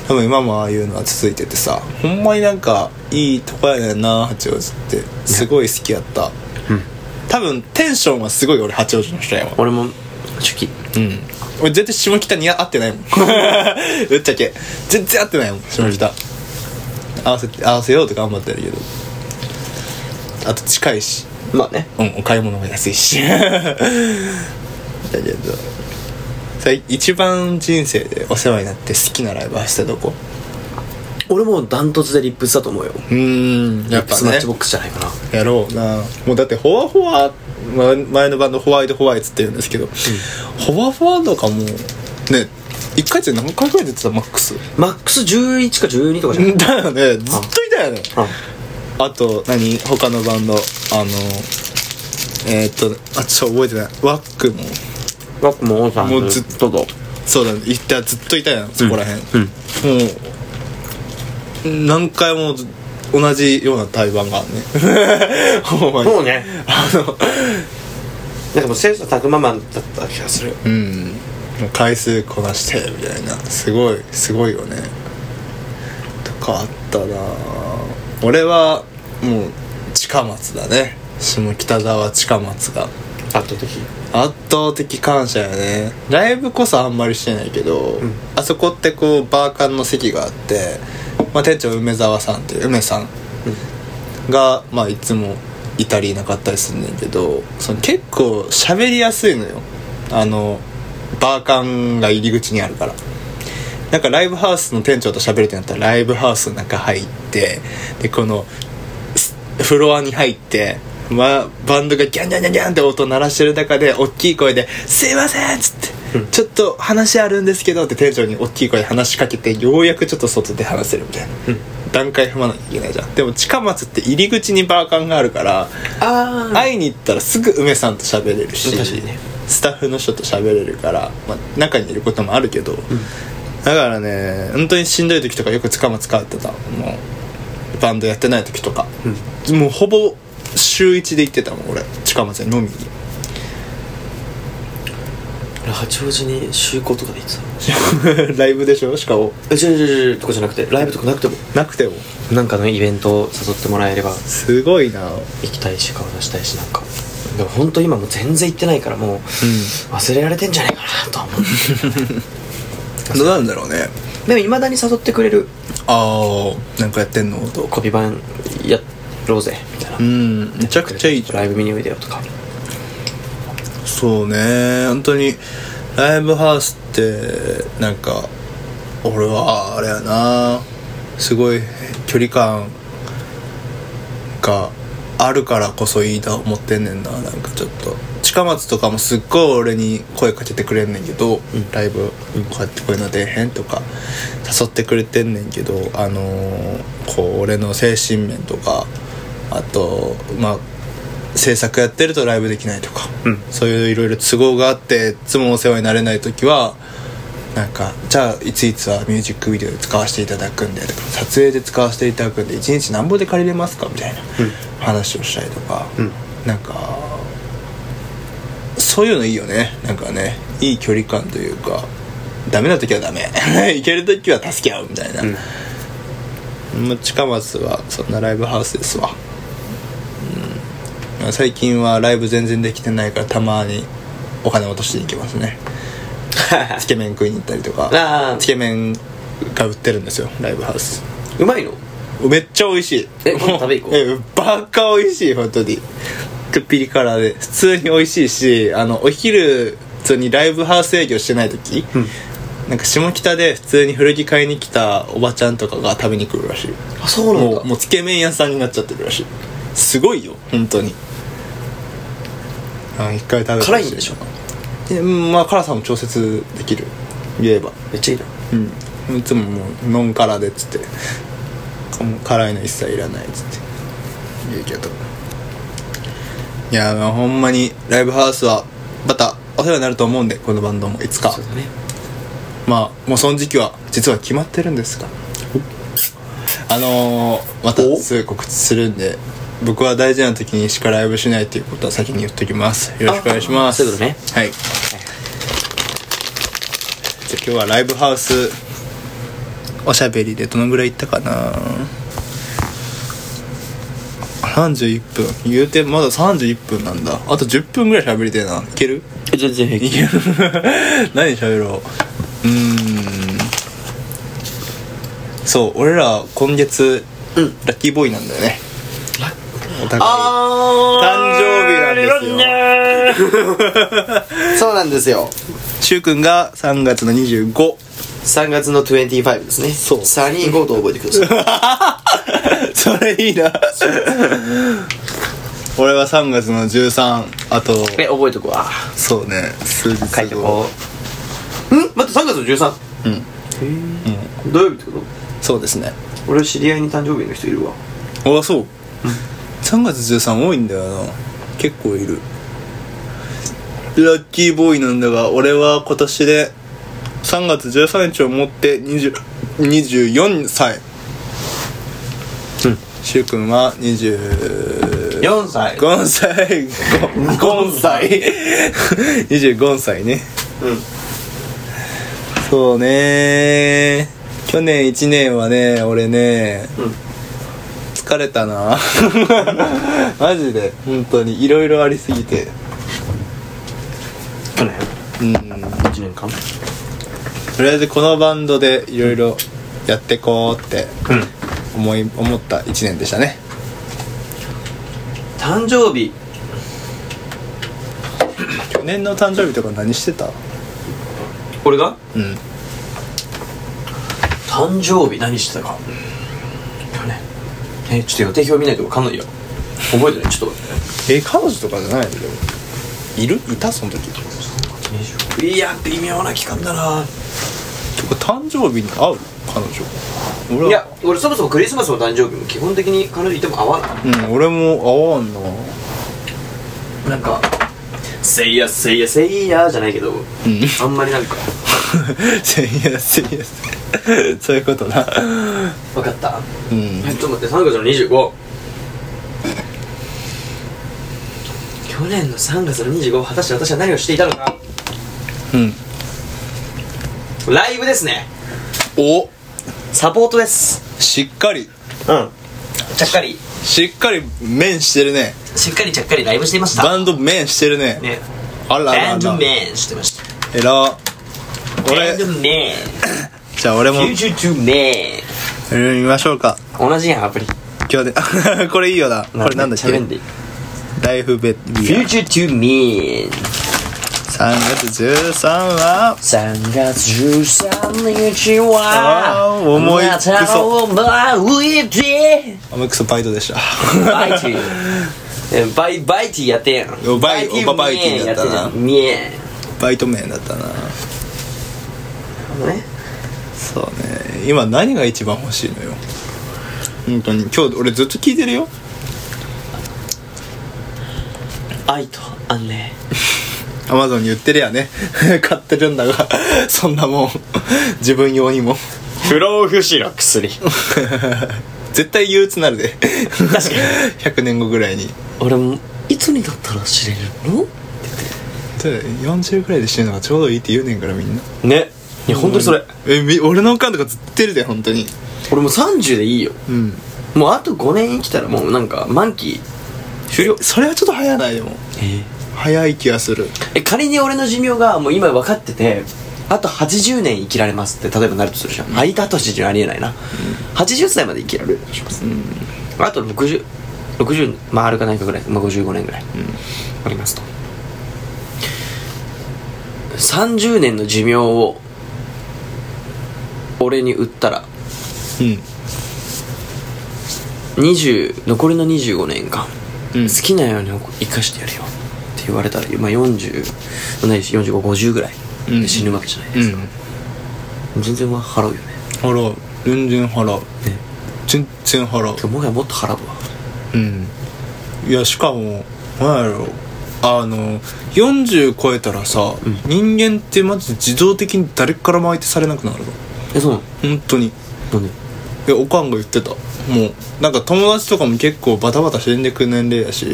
[SPEAKER 1] 多分今もああいうのは続いててさほんまになんかいいとこやねんな八王子ってすごい好きやった、多分テンションはすごい俺八王子の人やわ
[SPEAKER 4] 俺も初期
[SPEAKER 1] うん俺全然下北に合ってない もんぶっちゃけ全然合ってないもん下北合わせて合わせようと頑張ってるけどあと近いし
[SPEAKER 4] まあね
[SPEAKER 1] うんお買い物も安いし だけど最一番人生でお世話になって好きなライブはしてどこ
[SPEAKER 4] 俺もダントツでリップスだと思うよ
[SPEAKER 1] うーんやっ
[SPEAKER 4] リップ
[SPEAKER 1] ぱ
[SPEAKER 4] スマッ
[SPEAKER 1] ね
[SPEAKER 4] チボックスじゃないかな
[SPEAKER 1] やろうなもうだってホワホワま前のバンドホワイトホワイツって言うんですけど、ホワホワとかもうね1回で何回ぐらい出てたマックス
[SPEAKER 4] マックス11か12とかじゃない
[SPEAKER 1] だよねずっといたよねあと何他のバンドあのえー、っとあちょ覚えてないワックも
[SPEAKER 4] 僕もさ
[SPEAKER 1] もうずっ
[SPEAKER 4] とだ
[SPEAKER 1] そうだねいたずっといたやんそこらへん、
[SPEAKER 4] うん
[SPEAKER 1] もう何回も同じような対バンがあ るねほんまに
[SPEAKER 4] そうね
[SPEAKER 1] あの
[SPEAKER 4] なんかもうセンスたくまマンだった気がする
[SPEAKER 1] うんもう回数こなしてみたいなすごいすごいよねとかあったなぁ俺はもう近松だね下北沢近松が
[SPEAKER 4] あった時
[SPEAKER 1] 圧倒的感謝やねライブこそあんまりしてないけど、あそこってこうバーカンの席があって、まあ、店長梅沢さんっていう梅さんが、まあ、いつもいたりいなかったりするんだけどその結構喋りやすいのよあのバーカンが入り口にあるからなんかライブハウスの店長と喋るってなったらライブハウスの中入ってでこのすフロアに入って、ま、バンドがギャンギャンギャンギャンって音鳴らしてる中で大きい声で「すいません!」っつって、ちょっと話あるんですけど」って店長に大きい声で話しかけてようやくちょっと外で話せるみたいな、段階踏まなきゃいけないじゃんでも近松って入り口にバーカンがあるから
[SPEAKER 4] あ
[SPEAKER 1] 会いに行ったらすぐ梅さんと喋れるし
[SPEAKER 4] 確かにね
[SPEAKER 1] スタッフの人と喋れるから、まあ、中にいることもあるけど、だからね本当にしんどい時とかよくつかまつかってたもうバンドやってない時とか、もうほぼ週1で行ってたもん俺近松に飲みに
[SPEAKER 4] 俺八王子に就航とかで行って た
[SPEAKER 1] ライブでしょしかも
[SPEAKER 4] え違う違う違うとかじゃなくてライブとかなくても
[SPEAKER 1] なくても
[SPEAKER 4] なんかのイベントを誘ってもらえれば
[SPEAKER 1] すごいな
[SPEAKER 4] 行きたいし顔出したいしなんかでも本当今もう全然行ってないからもう、忘れられてんじゃないかなとは思う
[SPEAKER 1] どう なんだろうね
[SPEAKER 4] でもいまだに誘ってくれる
[SPEAKER 1] ああなんかやってんのと
[SPEAKER 4] コピバンやろうぜみたいな、
[SPEAKER 1] うんめちゃくちゃいいじゃん
[SPEAKER 4] ライブ見においでよとか
[SPEAKER 1] そうね本当にライブハウスってなんか俺はあれやなすごい距離感があるからこそいいとは思ってんねんななんかちょっと近松とかもすっごい俺に声かけてくれんねんけど、ライブこうやってこういうの出えへんとか誘ってくれてんねんけどあのーこう俺の精神面とかあとまあ制作やってるとライブできないとか、
[SPEAKER 3] うん
[SPEAKER 1] そういういろいろ都合があっていつもお世話になれない時はなんかじゃあいついつはミュージックビデオで使わせていただくんでとか撮影で使わせていただくんで1日何ぼで借りれますかみたいな話をしたりとか、
[SPEAKER 2] うん
[SPEAKER 1] なんかそういうのいいよねなんかねいい距離感というかダメな時はダメ いける時は助け合うみたいな、もう近松はそんなライブハウスですわ最近はライブ全然できてないからたまにお金落としに行きますねつけ麺食いに行ったりとか
[SPEAKER 4] あー
[SPEAKER 1] つけ麺が売ってるんですよライブハウス
[SPEAKER 4] うまいの
[SPEAKER 1] めっちゃ美味しい
[SPEAKER 4] え今度食べ行こ う
[SPEAKER 1] えバカ美味しい本当にくっぴり辛で普通に美味しいしあのお昼普通にライブハウス営業してない時、なんか下北で普通に古着買いに来たおばちゃんとかが食べに来るらしい
[SPEAKER 4] あそう
[SPEAKER 1] もうもうつけ麺屋さんになっちゃってるらしいすごいよ本当にあ一回食べてほし
[SPEAKER 4] 辛いんでしょ
[SPEAKER 1] えうんまあ辛さも調節できる言えば
[SPEAKER 4] めっちゃいいな
[SPEAKER 1] うんいつももうノン辛でっつってかもう辛いの一切いらないっつって言うけどいやまあほんまにライブハウスはまたお世話になると思うんでこのバンドもいつか
[SPEAKER 4] そうだね
[SPEAKER 1] まあもうその時期は実は決まってるんですがあのー、またすぐ告知するんで僕は大事な時にしかライブしないということは先に言っときますよろしくお願いしま
[SPEAKER 4] あ
[SPEAKER 1] す
[SPEAKER 4] そういうことね
[SPEAKER 1] はいじゃあ今日はライブハウスおしゃべりでどのぐらい行ったかな31分言うてまだ31分なんだあと10分ぐらい喋りてえないける
[SPEAKER 4] 全然平気
[SPEAKER 1] いや何喋ろううーんそう俺ら今月、ラッキーボーイなんだよねお互い誕生日なんですよ
[SPEAKER 2] そうなんですよ
[SPEAKER 1] しゅうくんが3月の25
[SPEAKER 4] 3月の25ですね
[SPEAKER 1] そう
[SPEAKER 4] サニーゴード覚えてください
[SPEAKER 1] それいいな 俺は3月の13あと
[SPEAKER 4] え覚えとくわ
[SPEAKER 1] そうね数日後
[SPEAKER 4] 書いてこうん待って3月の 13?
[SPEAKER 1] うん
[SPEAKER 4] うん土曜日ってこと
[SPEAKER 1] そうですね
[SPEAKER 4] 俺知り合いに誕生日の人いるわ
[SPEAKER 1] あそう、3月13多いんだよな結構いるラッキーボーイなんだが俺は今年で3月13日をもって20 24歳うんしゅうくんは25
[SPEAKER 4] 4歳
[SPEAKER 1] 歳5歳25歳ね
[SPEAKER 4] うん
[SPEAKER 1] そうね去年1年はね俺ね、
[SPEAKER 4] うん
[SPEAKER 1] 疲れたな マジで本当にいろいろありすぎて
[SPEAKER 4] 去年
[SPEAKER 1] うん
[SPEAKER 4] 1年間
[SPEAKER 1] とりあえずこのバンドでいろいろやってこうって思い思った1年でしたね
[SPEAKER 4] 誕生日
[SPEAKER 1] 去年の誕生日とか何してた
[SPEAKER 4] 俺が
[SPEAKER 1] うん
[SPEAKER 4] 誕生日何してたか去年えちょっと予定表見ないと分かんないよ覚えてないちょっと
[SPEAKER 1] え彼女とかじゃないのでもいるいたその時
[SPEAKER 4] 待っていや微妙な期間だな
[SPEAKER 1] てか誕生日に会う彼女俺はい
[SPEAKER 4] や俺そもそもクリスマスも誕生日も基本的に彼女いても合わない
[SPEAKER 1] うん俺も会わんな
[SPEAKER 4] なんか「せいやせいやせいや」じゃないけど、あんまりなんか
[SPEAKER 1] せいやせいや せいやそういうことな
[SPEAKER 4] 分かった
[SPEAKER 1] うん
[SPEAKER 4] えっと待って3月の25去年の3月の25果たして私は何をしていたのか
[SPEAKER 1] うん
[SPEAKER 4] ライブですね
[SPEAKER 1] お
[SPEAKER 4] サポートです
[SPEAKER 1] しっかり
[SPEAKER 2] うん
[SPEAKER 4] ちゃっかり
[SPEAKER 1] しっかり面してるね
[SPEAKER 4] しっかりちゃっかりライブしていました
[SPEAKER 1] バンド面してるね
[SPEAKER 4] ね
[SPEAKER 1] あらあら
[SPEAKER 4] バ
[SPEAKER 1] あ
[SPEAKER 4] ンド
[SPEAKER 1] ら
[SPEAKER 4] メンしてました
[SPEAKER 1] えら
[SPEAKER 4] バ
[SPEAKER 1] 俺
[SPEAKER 4] ンドメン
[SPEAKER 1] じゃあ俺も
[SPEAKER 4] 92メン
[SPEAKER 1] 見ましょうか
[SPEAKER 4] 同じやんアプリ
[SPEAKER 1] 今日で これいいよなこれなんだっ
[SPEAKER 4] めちゃ便
[SPEAKER 1] け
[SPEAKER 4] 利
[SPEAKER 1] ライフベッ
[SPEAKER 4] フュ
[SPEAKER 1] ビ
[SPEAKER 4] ーチュートゥーミーン
[SPEAKER 1] ア3月13は
[SPEAKER 4] 3月13日は
[SPEAKER 1] あー重い
[SPEAKER 4] あなたを思い出
[SPEAKER 1] おめくそバイトでした
[SPEAKER 4] バイティ えバイバイティやってん
[SPEAKER 1] おバイ
[SPEAKER 4] ィ
[SPEAKER 1] おばバイティだったな
[SPEAKER 4] やてんミエ
[SPEAKER 1] バイト名だったな
[SPEAKER 4] あのね
[SPEAKER 1] そうね今何が一番欲しいのよ本当に今日俺ずっと聞いてるよ
[SPEAKER 4] 愛と安寧
[SPEAKER 1] アマゾンに売ってるやね 買ってるんだが そんなもん 自分用にも
[SPEAKER 3] 不老不死の薬
[SPEAKER 1] 絶対憂鬱なるで 確かに100年後ぐらいに
[SPEAKER 4] 俺もいつになったら知れるの
[SPEAKER 1] で40ぐらいで死ぬのがちょうどいいって言うねんからみんな
[SPEAKER 3] ねいや本当にそれ
[SPEAKER 1] えみ俺のおかんとかずっと言ってるで本当に
[SPEAKER 4] 俺もう30でいいよ
[SPEAKER 1] うん
[SPEAKER 4] もうあと5年生きたらもうなんか満期終了
[SPEAKER 1] それはちょっと早ないでも
[SPEAKER 4] え
[SPEAKER 1] 早い気がする
[SPEAKER 4] 仮に俺の寿命がもう今分かっててあと80年生きられますって例えばなるとするじゃん、間あと80年ありえないな、80歳まで生きられるとします、あと6060回るかないかぐらい、まあ、55年ぐらい、ありますと30年の寿命を俺に売ったら
[SPEAKER 1] うん
[SPEAKER 4] 20残りの25年間、
[SPEAKER 1] うん
[SPEAKER 4] 好きなように生かしてやるよって言われたら、まあ、40ないし4550ぐらい
[SPEAKER 1] うん
[SPEAKER 4] で死ぬわけじゃないですか、全然払うよね
[SPEAKER 1] 払う全然払う
[SPEAKER 4] ね
[SPEAKER 1] 全然払う
[SPEAKER 4] てかもはやもっと払うわ
[SPEAKER 1] うんいやしかもなんやろあの40超えたらさ、人間ってマジで自動的に誰からも相手されなくなるの
[SPEAKER 4] えそうなの
[SPEAKER 1] 本当に
[SPEAKER 4] なんで
[SPEAKER 1] いやおかんが言ってたもうなんか友達とかも結構バタバタ死んでく年齢やし、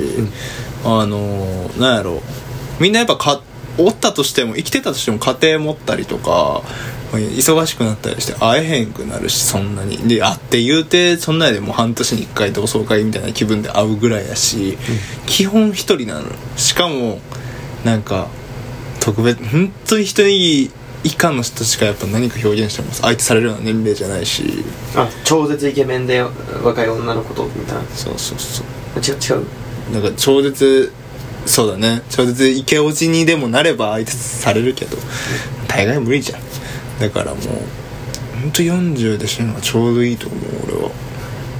[SPEAKER 1] あのー、なんやろみんなやっぱかおったとしても生きてたとしても家庭持ったりとか忙しくなったりして会えへんくなるしそんなにで会って言うてそんなやでもう半年に1回同窓会みたいな気分で会うぐらいやし、基本一人なのしかもなんか特別本当に一人以下の人しかやっぱ何か表現してます相手されるような年齢じゃないし
[SPEAKER 4] あ超絶イケメンで若い女の子とみたいな
[SPEAKER 1] そうそうそう
[SPEAKER 4] 違う違う
[SPEAKER 1] なんか超絶そうだね超絶イケオジにでもなれば相手されるけど大概無理じゃんだからもうほんと40で死ぬのがちょうどいいと思う俺は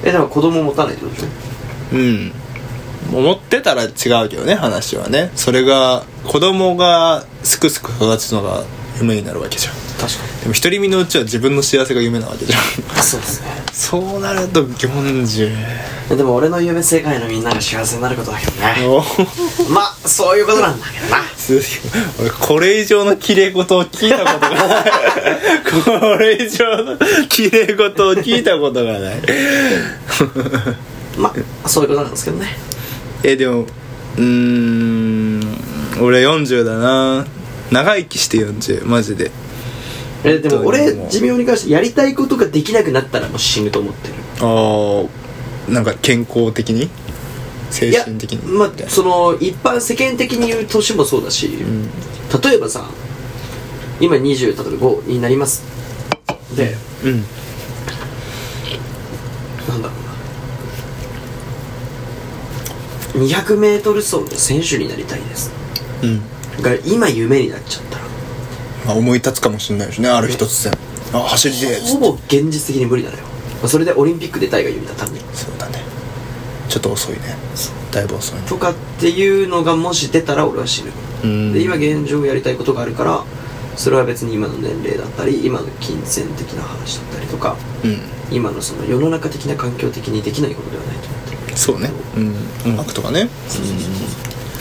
[SPEAKER 4] えでも子供持たないってことでしょ
[SPEAKER 1] うん思ってたら違うけどね話はねそれが子供がすくすく育つのが夢になるわけじゃん
[SPEAKER 4] 確かに
[SPEAKER 1] でも独り身のうちは自分の幸せが夢なわけじゃん
[SPEAKER 4] そうですね
[SPEAKER 1] そうなると40
[SPEAKER 4] えでも俺の夢世界のみんなが幸せになることだけどね
[SPEAKER 1] の
[SPEAKER 4] まあそういうことなんだけどな
[SPEAKER 1] す俺これ以上の綺麗事を聞いたことがないこれ以上の綺麗事を聞いたことがない
[SPEAKER 4] まあそういうことなんですけどね
[SPEAKER 1] えでもうーん俺40だな長生きして40マジで
[SPEAKER 4] えでも
[SPEAKER 1] どうい
[SPEAKER 4] 俺
[SPEAKER 1] うのも
[SPEAKER 4] 寿命に関してやりたいことができなくなったらもう死ぬと思ってる
[SPEAKER 1] ああなんか健康的に精
[SPEAKER 4] いや
[SPEAKER 1] 神的に
[SPEAKER 4] まあその一般世間的に言う年もそうだし、例えばさ今20例えば5になりますで
[SPEAKER 1] うん
[SPEAKER 4] なんだろうな 200m 走の選手になりたいです
[SPEAKER 1] うん、
[SPEAKER 4] が今夢になっちゃったら
[SPEAKER 1] まあ、思い立つかもしれないしねある日突然あ走りてえっつ
[SPEAKER 4] ほ
[SPEAKER 1] って
[SPEAKER 4] ぼ現実的に無理なのよまあそれでオリンピック出たいが夢だったんで
[SPEAKER 1] そうだねちょっと遅いねだいぶ遅いね
[SPEAKER 4] とかっていうのがもし出たら俺は死ぬ
[SPEAKER 1] うん
[SPEAKER 4] で今現状やりたいことがあるからそれは別に今の年齢だったり今の金銭的な話だったりとか
[SPEAKER 1] うん
[SPEAKER 4] 今のその世の中的な環境的にできないことではないと思ってる
[SPEAKER 1] そうね、うん、音楽とかね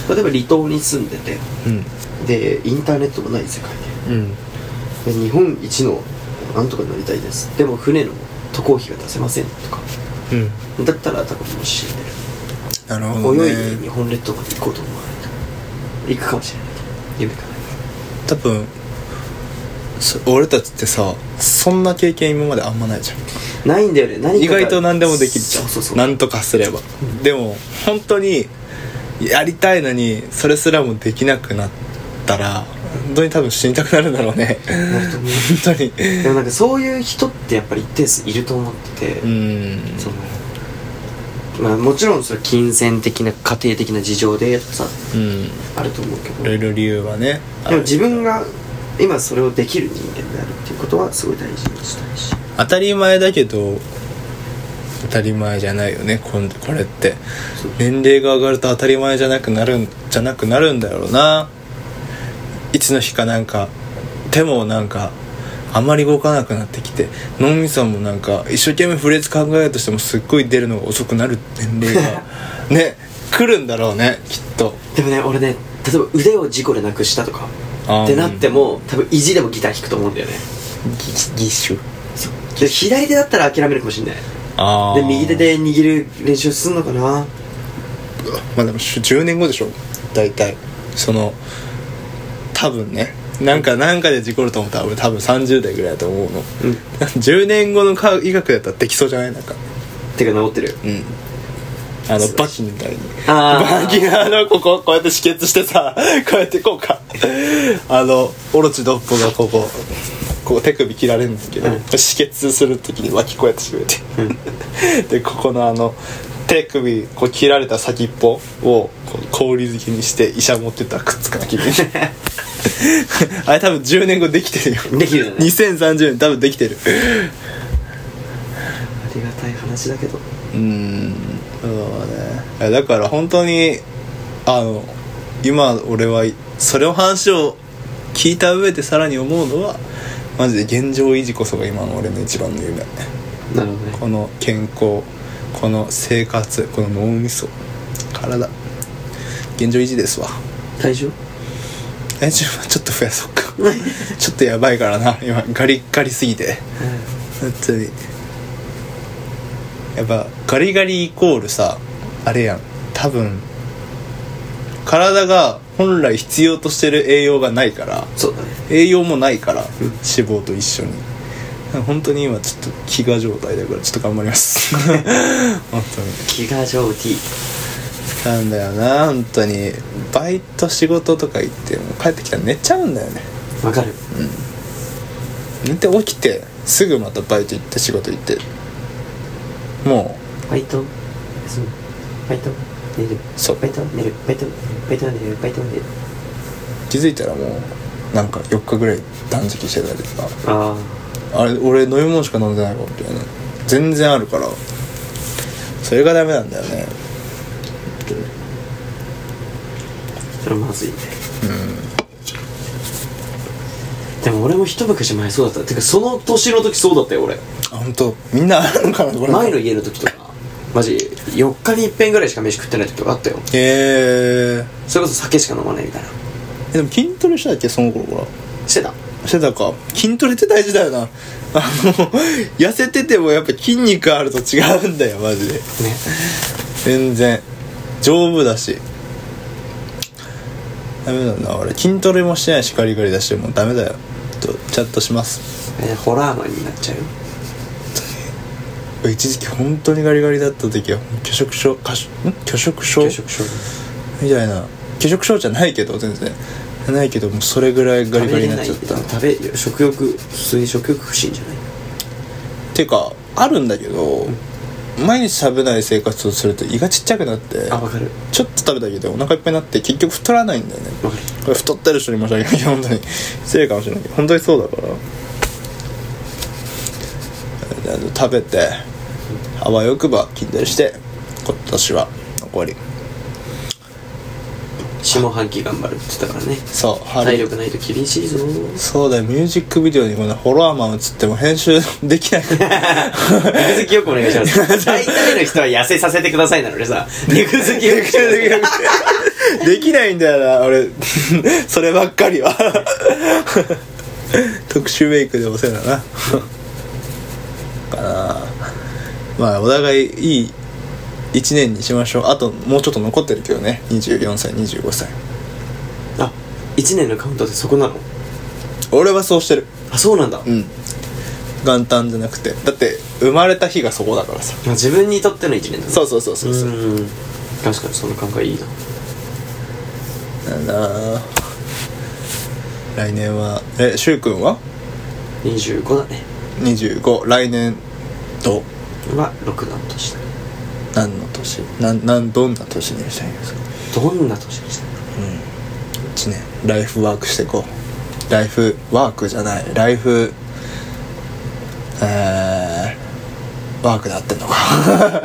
[SPEAKER 4] 例えば離島に住んでて
[SPEAKER 1] うん
[SPEAKER 4] でインターネットもない世界
[SPEAKER 1] うん
[SPEAKER 4] でで日本一のなんとかになりたいですでも船の渡航費が出せませんとか
[SPEAKER 1] うん
[SPEAKER 4] だったら多分もう死んでる
[SPEAKER 1] なるほど、
[SPEAKER 4] 泳いで日
[SPEAKER 1] ね、
[SPEAKER 4] 本列島まで行こうと思わない行くかもしれない夢かない
[SPEAKER 1] 多分そ俺たちってさそんな経験今まであんまないじゃん
[SPEAKER 4] ないんだよね何かが
[SPEAKER 1] 意外と何でもできるじゃん
[SPEAKER 4] そうそうそう
[SPEAKER 1] なんとかすれば、でも本当にやりたいのにそれすらもできなくなったら本当に多分死にたくなるんだろうね
[SPEAKER 4] なると思う
[SPEAKER 1] 本当に
[SPEAKER 4] でもなんかそういう人ってやっぱり一定数いると思ってて、
[SPEAKER 1] うん
[SPEAKER 4] そのまあ、もちろんそれ金銭的な家庭的な事情でとかさ
[SPEAKER 1] うんい
[SPEAKER 4] あると思うけど
[SPEAKER 1] ろいろ理由はねあ
[SPEAKER 4] で
[SPEAKER 1] る
[SPEAKER 4] も自分が今それをできる人間であるっていうことはすごい大事にしたいし
[SPEAKER 1] 当たり前だけど当たり前じゃないよねこんこれって年齢が上がると当たり前じゃなくなるんじゃなくなるんだろうないつの日かなんか手もなんかあまり動かなくなってきて脳みそもなんか一生懸命フレーズ考えようとしてもすっごい出るのが遅くなる年齢 がね来るんだろうねきっと
[SPEAKER 4] でもね俺ね例えば腕を事故でなくしたとか
[SPEAKER 1] あー
[SPEAKER 4] ってなっても多分意地でもギター弾くと思うんだよね
[SPEAKER 1] 義手
[SPEAKER 4] で左手だったら諦めるかもしんない
[SPEAKER 1] あ
[SPEAKER 4] で
[SPEAKER 1] ー
[SPEAKER 4] 右手で握る練習すんのかな
[SPEAKER 1] まあでもし10年後でしょ大体その多分ねなんかなんかで事故ると思ったら俺多分30代ぐらいだと思うの、
[SPEAKER 4] うん
[SPEAKER 1] 10年後の科医学だったらできそうじゃないなんか
[SPEAKER 4] てか治ってる
[SPEAKER 1] うんあのバキみたいに
[SPEAKER 4] あ
[SPEAKER 1] バキのあのこここうやって止血してさこうやってこうかあのオロチドッポがこここう手首切られるんですけど、
[SPEAKER 4] うん
[SPEAKER 1] 止血する時に脇こうやって締めて、でここのあの手首こう切られた先っぽをこう氷漬けにして医者持ってったらくっつかなきゃ いけないあれ多分10年後できてるよ
[SPEAKER 4] できるよね
[SPEAKER 1] 2030年多分できてる
[SPEAKER 4] ありがたい話だけど
[SPEAKER 1] うーんそうねいやだから本当にあの今俺はそれを話を聞いた上でさらに思うのはマジで現状維持こそが今の俺の一番の夢
[SPEAKER 4] なるほどね
[SPEAKER 1] この健康この生活この脳みそ体現状維持ですわ
[SPEAKER 4] 体重
[SPEAKER 1] 体重はちょっと増やそうかちょっとやばいからな今ガリッガリすぎて本当にやっぱガリガリイコールさあれやん多分体が本来必要としてる栄養がないから
[SPEAKER 4] そうだね
[SPEAKER 1] 栄養もないから脂肪と一緒に本当に今ちょっと飢餓状態だからちょっと頑張ります 本当に
[SPEAKER 4] 気が上手
[SPEAKER 1] なんだよな本当にバイト仕事とか行ってもう帰ってきたら寝ちゃうんだよね
[SPEAKER 4] わかる
[SPEAKER 1] 寝て起きてすぐまたバイト行って仕事行ってもう
[SPEAKER 4] バイト休むバイト寝る
[SPEAKER 1] そう
[SPEAKER 4] バイト寝るバイト寝るバイト寝るバイト寝る
[SPEAKER 1] 気づいたらもうなんか4日ぐらい断食してたりとか
[SPEAKER 4] あ
[SPEAKER 1] あれ俺飲み物しか飲んでないわみたいな全然あるからそれがダメなんだよね
[SPEAKER 4] あそれまずいねでも俺も一昔前そうだったてかその年の時そうだったよ俺
[SPEAKER 1] あ本当みんなあるのかなこれ
[SPEAKER 4] 前の家の時とかマジ4日に一遍ぐらいしか飯食ってない時とかあったよ
[SPEAKER 1] へえ
[SPEAKER 4] それこそ酒しか飲まないみたいな
[SPEAKER 1] えでも筋トレしたっけその頃から
[SPEAKER 4] してた
[SPEAKER 1] してたか筋トレって大事だよなあの痩せててもやっぱ筋肉あると違うんだよマジで
[SPEAKER 4] ね
[SPEAKER 1] 全然丈夫だしダメだな俺筋トレもしてないしガリガリだしもうダメだよちょっとチャットします
[SPEAKER 4] えーホラーマンになっちゃうよ
[SPEAKER 1] 一時期本当にガリガリだった時は拒食症過食ん拒食症
[SPEAKER 4] 拒食症
[SPEAKER 1] みたいな拒食症じゃないけど全然ないけどもうそれぐらいガリガリになっちゃった
[SPEAKER 4] 食べれない食べ食欲普通に食欲不振じゃない
[SPEAKER 1] ていうかあるんだけど毎日食べない生活をすると胃がちっちゃくなって
[SPEAKER 4] あわかる
[SPEAKER 1] ちょっと食べたけどお腹いっぱいになって結局太らないんだよね
[SPEAKER 4] わかる
[SPEAKER 1] これ太ってる人に申し訳ない本当に失礼かもしれないけど本当にそうだからあの食べてあわよくば筋トレして今年は残り
[SPEAKER 4] 下半期頑張るって言ってたからね
[SPEAKER 1] そう春
[SPEAKER 4] 体力ないと厳しいぞ
[SPEAKER 1] そうだよミュージックビデオにこのフォロワーマン映っても編集できないから
[SPEAKER 4] 肉付きよくお願いしま す大体の人は痩せさせてくださいなのでさ肉付きよくしま す
[SPEAKER 1] できないんだよな俺 そればっかりは 特殊メイクでお世話だなかなまあお互いいい1年にしましょうあともうちょっと残ってるけどね24歳25歳
[SPEAKER 4] あ一年のカウントってそこなの
[SPEAKER 1] 俺はそうしてる
[SPEAKER 4] あそうなんだ、
[SPEAKER 1] うん元旦じゃなくてだって生まれた日がそこだからさ
[SPEAKER 4] まあ自分にとっての一年だね
[SPEAKER 1] そうそうそうそうそう
[SPEAKER 4] うん確かにその考えいいな
[SPEAKER 1] だな来年はえしゅうくんは
[SPEAKER 4] 25だね
[SPEAKER 1] 25来年と
[SPEAKER 4] は6段とした
[SPEAKER 1] 7何の年なんなんどんな年にしたいんですか
[SPEAKER 4] どんな年にしたい
[SPEAKER 1] 1年ライフワークしていこうライフワークじゃないライフえー、ワークで合ってんの か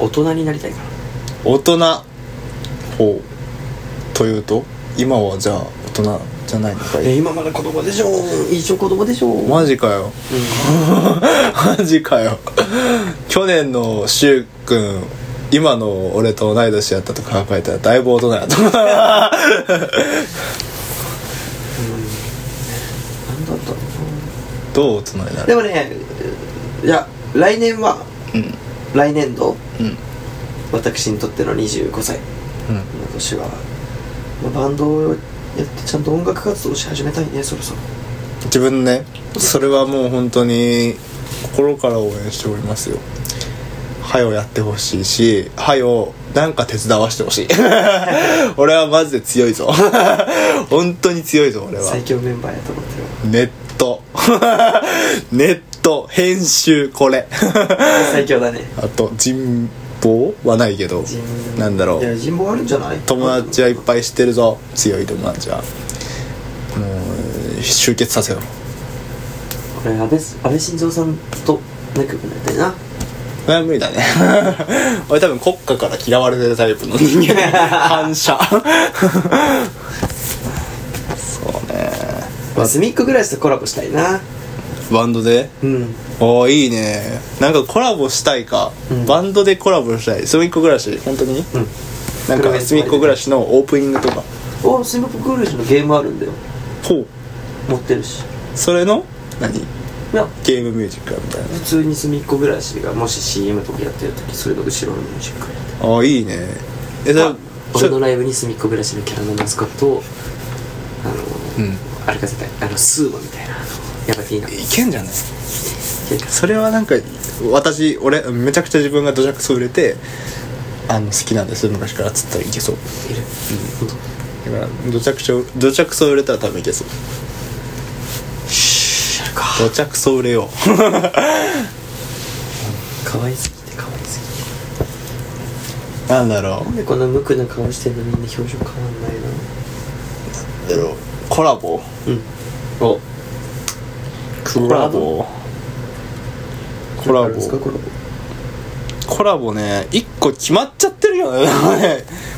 [SPEAKER 4] 大人になりたいかな
[SPEAKER 1] 大人ほうというと今はじゃあ大人じゃないのかい
[SPEAKER 4] え今まで子供でしょ一生子供でしょ
[SPEAKER 1] マジかよ、 マジかよ去年の柊君今の俺と同い年やったと考えたらだいぶ大人や と思う
[SPEAKER 4] なんだったの
[SPEAKER 1] どう大人にな
[SPEAKER 4] で
[SPEAKER 1] る
[SPEAKER 4] もねいや来年は
[SPEAKER 1] うん
[SPEAKER 4] 来年度
[SPEAKER 1] うん
[SPEAKER 4] 私にとっての25歳
[SPEAKER 1] うん
[SPEAKER 4] の年は、まあバンドをやってちゃんと音楽活動し始めたいねそろそろ
[SPEAKER 1] 自分ねそれはもう本当に心から応援しておりますよはよやってほしいしはよなんか手伝わしてほしい 俺はマジで強いぞ 本当に強いぞ俺は
[SPEAKER 4] 最強メンバーやと思って る
[SPEAKER 1] ネット ネット編集これ
[SPEAKER 4] 最強だね
[SPEAKER 1] あと人望はないけどなんだろ
[SPEAKER 4] いや
[SPEAKER 1] う
[SPEAKER 4] 人望あるんじゃない
[SPEAKER 1] 友達はいっぱい知ってるぞ強い友達はもう集結させよう
[SPEAKER 4] これ安倍安倍晋三さんと仲良くなりたいな
[SPEAKER 1] あ無理だね 俺多分国家から嫌われてるタイプの人間 反射そうね
[SPEAKER 4] スミックぐらいしてコラボしたいな
[SPEAKER 1] バンドで
[SPEAKER 4] うん
[SPEAKER 1] おおいいねなんかコラボしたいか、
[SPEAKER 4] うん
[SPEAKER 1] バンドでコラボしたいすみっこ暮らし本当に、
[SPEAKER 4] うん
[SPEAKER 1] なん
[SPEAKER 4] 黒
[SPEAKER 1] か
[SPEAKER 4] い
[SPEAKER 1] すみっこ暮らしのオープニングとか
[SPEAKER 4] おスミックぐらいしのゲームあるんだよ
[SPEAKER 1] ほう
[SPEAKER 4] 持ってるし
[SPEAKER 1] それの何
[SPEAKER 4] いや
[SPEAKER 1] ゲームミュージックみたいな
[SPEAKER 4] 普通に隅っこぐらいしがもし CM とかやってる時それの後ろのミュージックやって
[SPEAKER 1] ああいいねえ
[SPEAKER 4] あ
[SPEAKER 1] そ
[SPEAKER 4] 俺のライブに隅っこぐらいしのキャラのマスコットをあの
[SPEAKER 1] うん
[SPEAKER 4] あれか絶対あのスーマみたいなあのヤバティーナ
[SPEAKER 1] いけんじゃない
[SPEAKER 4] いけるか
[SPEAKER 1] それはなんか私俺めちゃくちゃ自分が土着そ売れてあの好きなんです昔からっつったらいけそう
[SPEAKER 4] いる本当
[SPEAKER 1] だから土着そ土着そ売れたら多分いけそう
[SPEAKER 4] やるか
[SPEAKER 1] 土着そ売れよ
[SPEAKER 4] 可愛すぎて可愛すぎて
[SPEAKER 1] う なんだろ
[SPEAKER 4] なんでこんな無垢な顔してんのみんな表情変わんない
[SPEAKER 1] うだ
[SPEAKER 4] な
[SPEAKER 1] ろうコラボ
[SPEAKER 4] うんお
[SPEAKER 1] コ
[SPEAKER 4] ラボ
[SPEAKER 1] コラ
[SPEAKER 4] あるんですかコ
[SPEAKER 1] ボ
[SPEAKER 4] ラボ
[SPEAKER 1] コラボね一個決まっちゃってるよね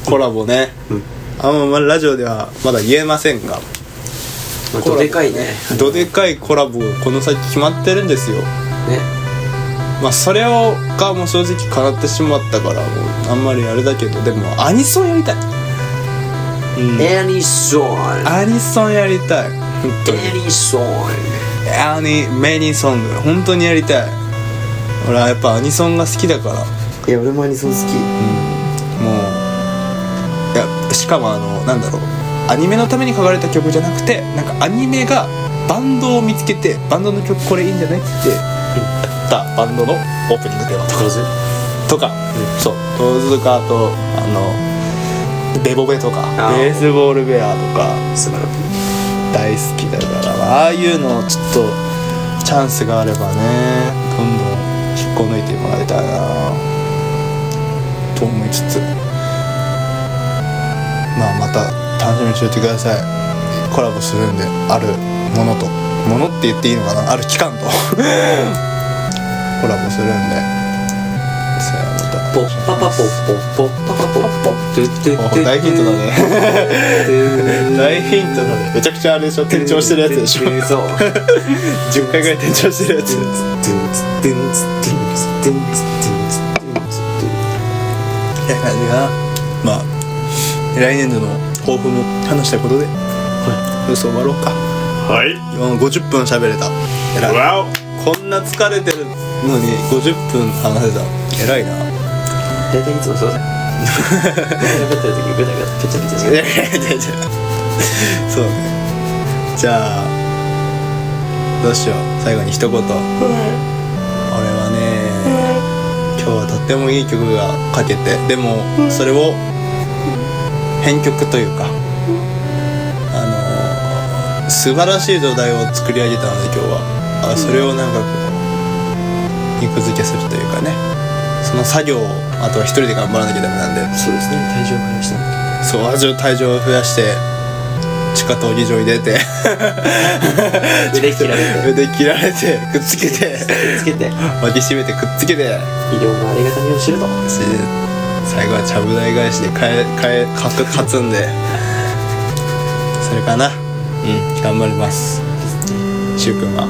[SPEAKER 1] コラボね、
[SPEAKER 4] うん
[SPEAKER 1] あんまラジオではまだ言えませんが
[SPEAKER 4] まあどでかいねね
[SPEAKER 1] どでかいコラボこの先決まってるんですよまあそれをがもう正直叶ってしまったからもうあんまりあれだけどでもアニソンやりたい、うん
[SPEAKER 4] エニソン
[SPEAKER 1] アニソンやりたい本当に
[SPEAKER 4] エニソン
[SPEAKER 1] アニメニソング本当にやりたい俺はやっぱアニソンが好きだからも
[SPEAKER 4] いや俺もアニソン好き
[SPEAKER 1] ういやしかもあのなんだろうアニメのために書かれた曲じゃなくてなんかアニメがバンドを見つけてバンドの曲これいいんじゃないって言ったバンドのオープニングテーマとか
[SPEAKER 4] ず
[SPEAKER 1] とか、そうローズとかあとあのベボベとか
[SPEAKER 4] あー
[SPEAKER 1] ベースボールベアとか
[SPEAKER 4] 素晴らしい
[SPEAKER 1] 大好きだからああいうのをちょっとチャンスがあればねどんどん引っこ抜いてもらいたいなと思いつつまあまた楽しみにしておいてくださいコラボするんであるものとものって言っていいのかなある期間とコラボするんでさあまた
[SPEAKER 4] ポッパパポッポッポッパパポッポットゥトゥトゥトゥ
[SPEAKER 1] お大ヒントだね 大ヒントだねめちゃくちゃあれでしょ転調してるやつでしょ
[SPEAKER 4] トゥそう
[SPEAKER 1] 10回ぐらい転調してるやつみたいな感じがまあ来年度の抱負も話したことで、はい、嘘終わろうか
[SPEAKER 3] はい
[SPEAKER 1] 今も50分喋れた偉い
[SPEAKER 3] わ
[SPEAKER 1] こんな疲れてるのに50分話せた偉いな
[SPEAKER 4] 大体いつもそうだ喋ってる時ぐだぐだペチャペチャ
[SPEAKER 1] い
[SPEAKER 4] して
[SPEAKER 1] やいやいやいやそうねじゃあどうしよう最後に一言、俺はね、今日はとってもいい曲が書けてでもそれを編曲というか、あの素晴らしい土台を作り上げたので今日はあそれをなんかこう肉付けするというかねその作業をあとは一人で頑張らなきゃダメなんで
[SPEAKER 4] そうですね体重を増やした
[SPEAKER 1] そう味を体重を増やして地下闘技場に出て
[SPEAKER 4] 腕切られ
[SPEAKER 1] 腕切られてくっつけて
[SPEAKER 4] てつけて医
[SPEAKER 1] 巻き締めてくっつけて
[SPEAKER 4] 療のありがたみを知ると
[SPEAKER 1] し最後はちゃぶ台返しでかえかえかく勝つんでそれかなうん頑張りますしゅうくんは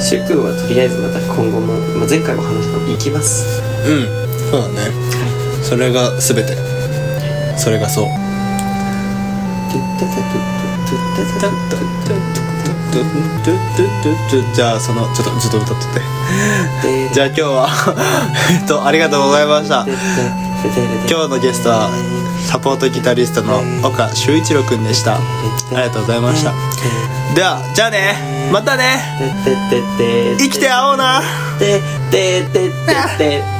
[SPEAKER 4] シュウ君はとりあえずまた今後も、まあ、前回も話した行きます
[SPEAKER 1] うんそうだねそれが全てそれがそうじゃあそのちょっとずっと歌っとってじゃあ今日は えっとありがとうございました今日のゲストはサポートギタリストの岡修一郎くんでしたありがとうございましたではじゃあねまたね生きて会おうな
[SPEAKER 4] ててててて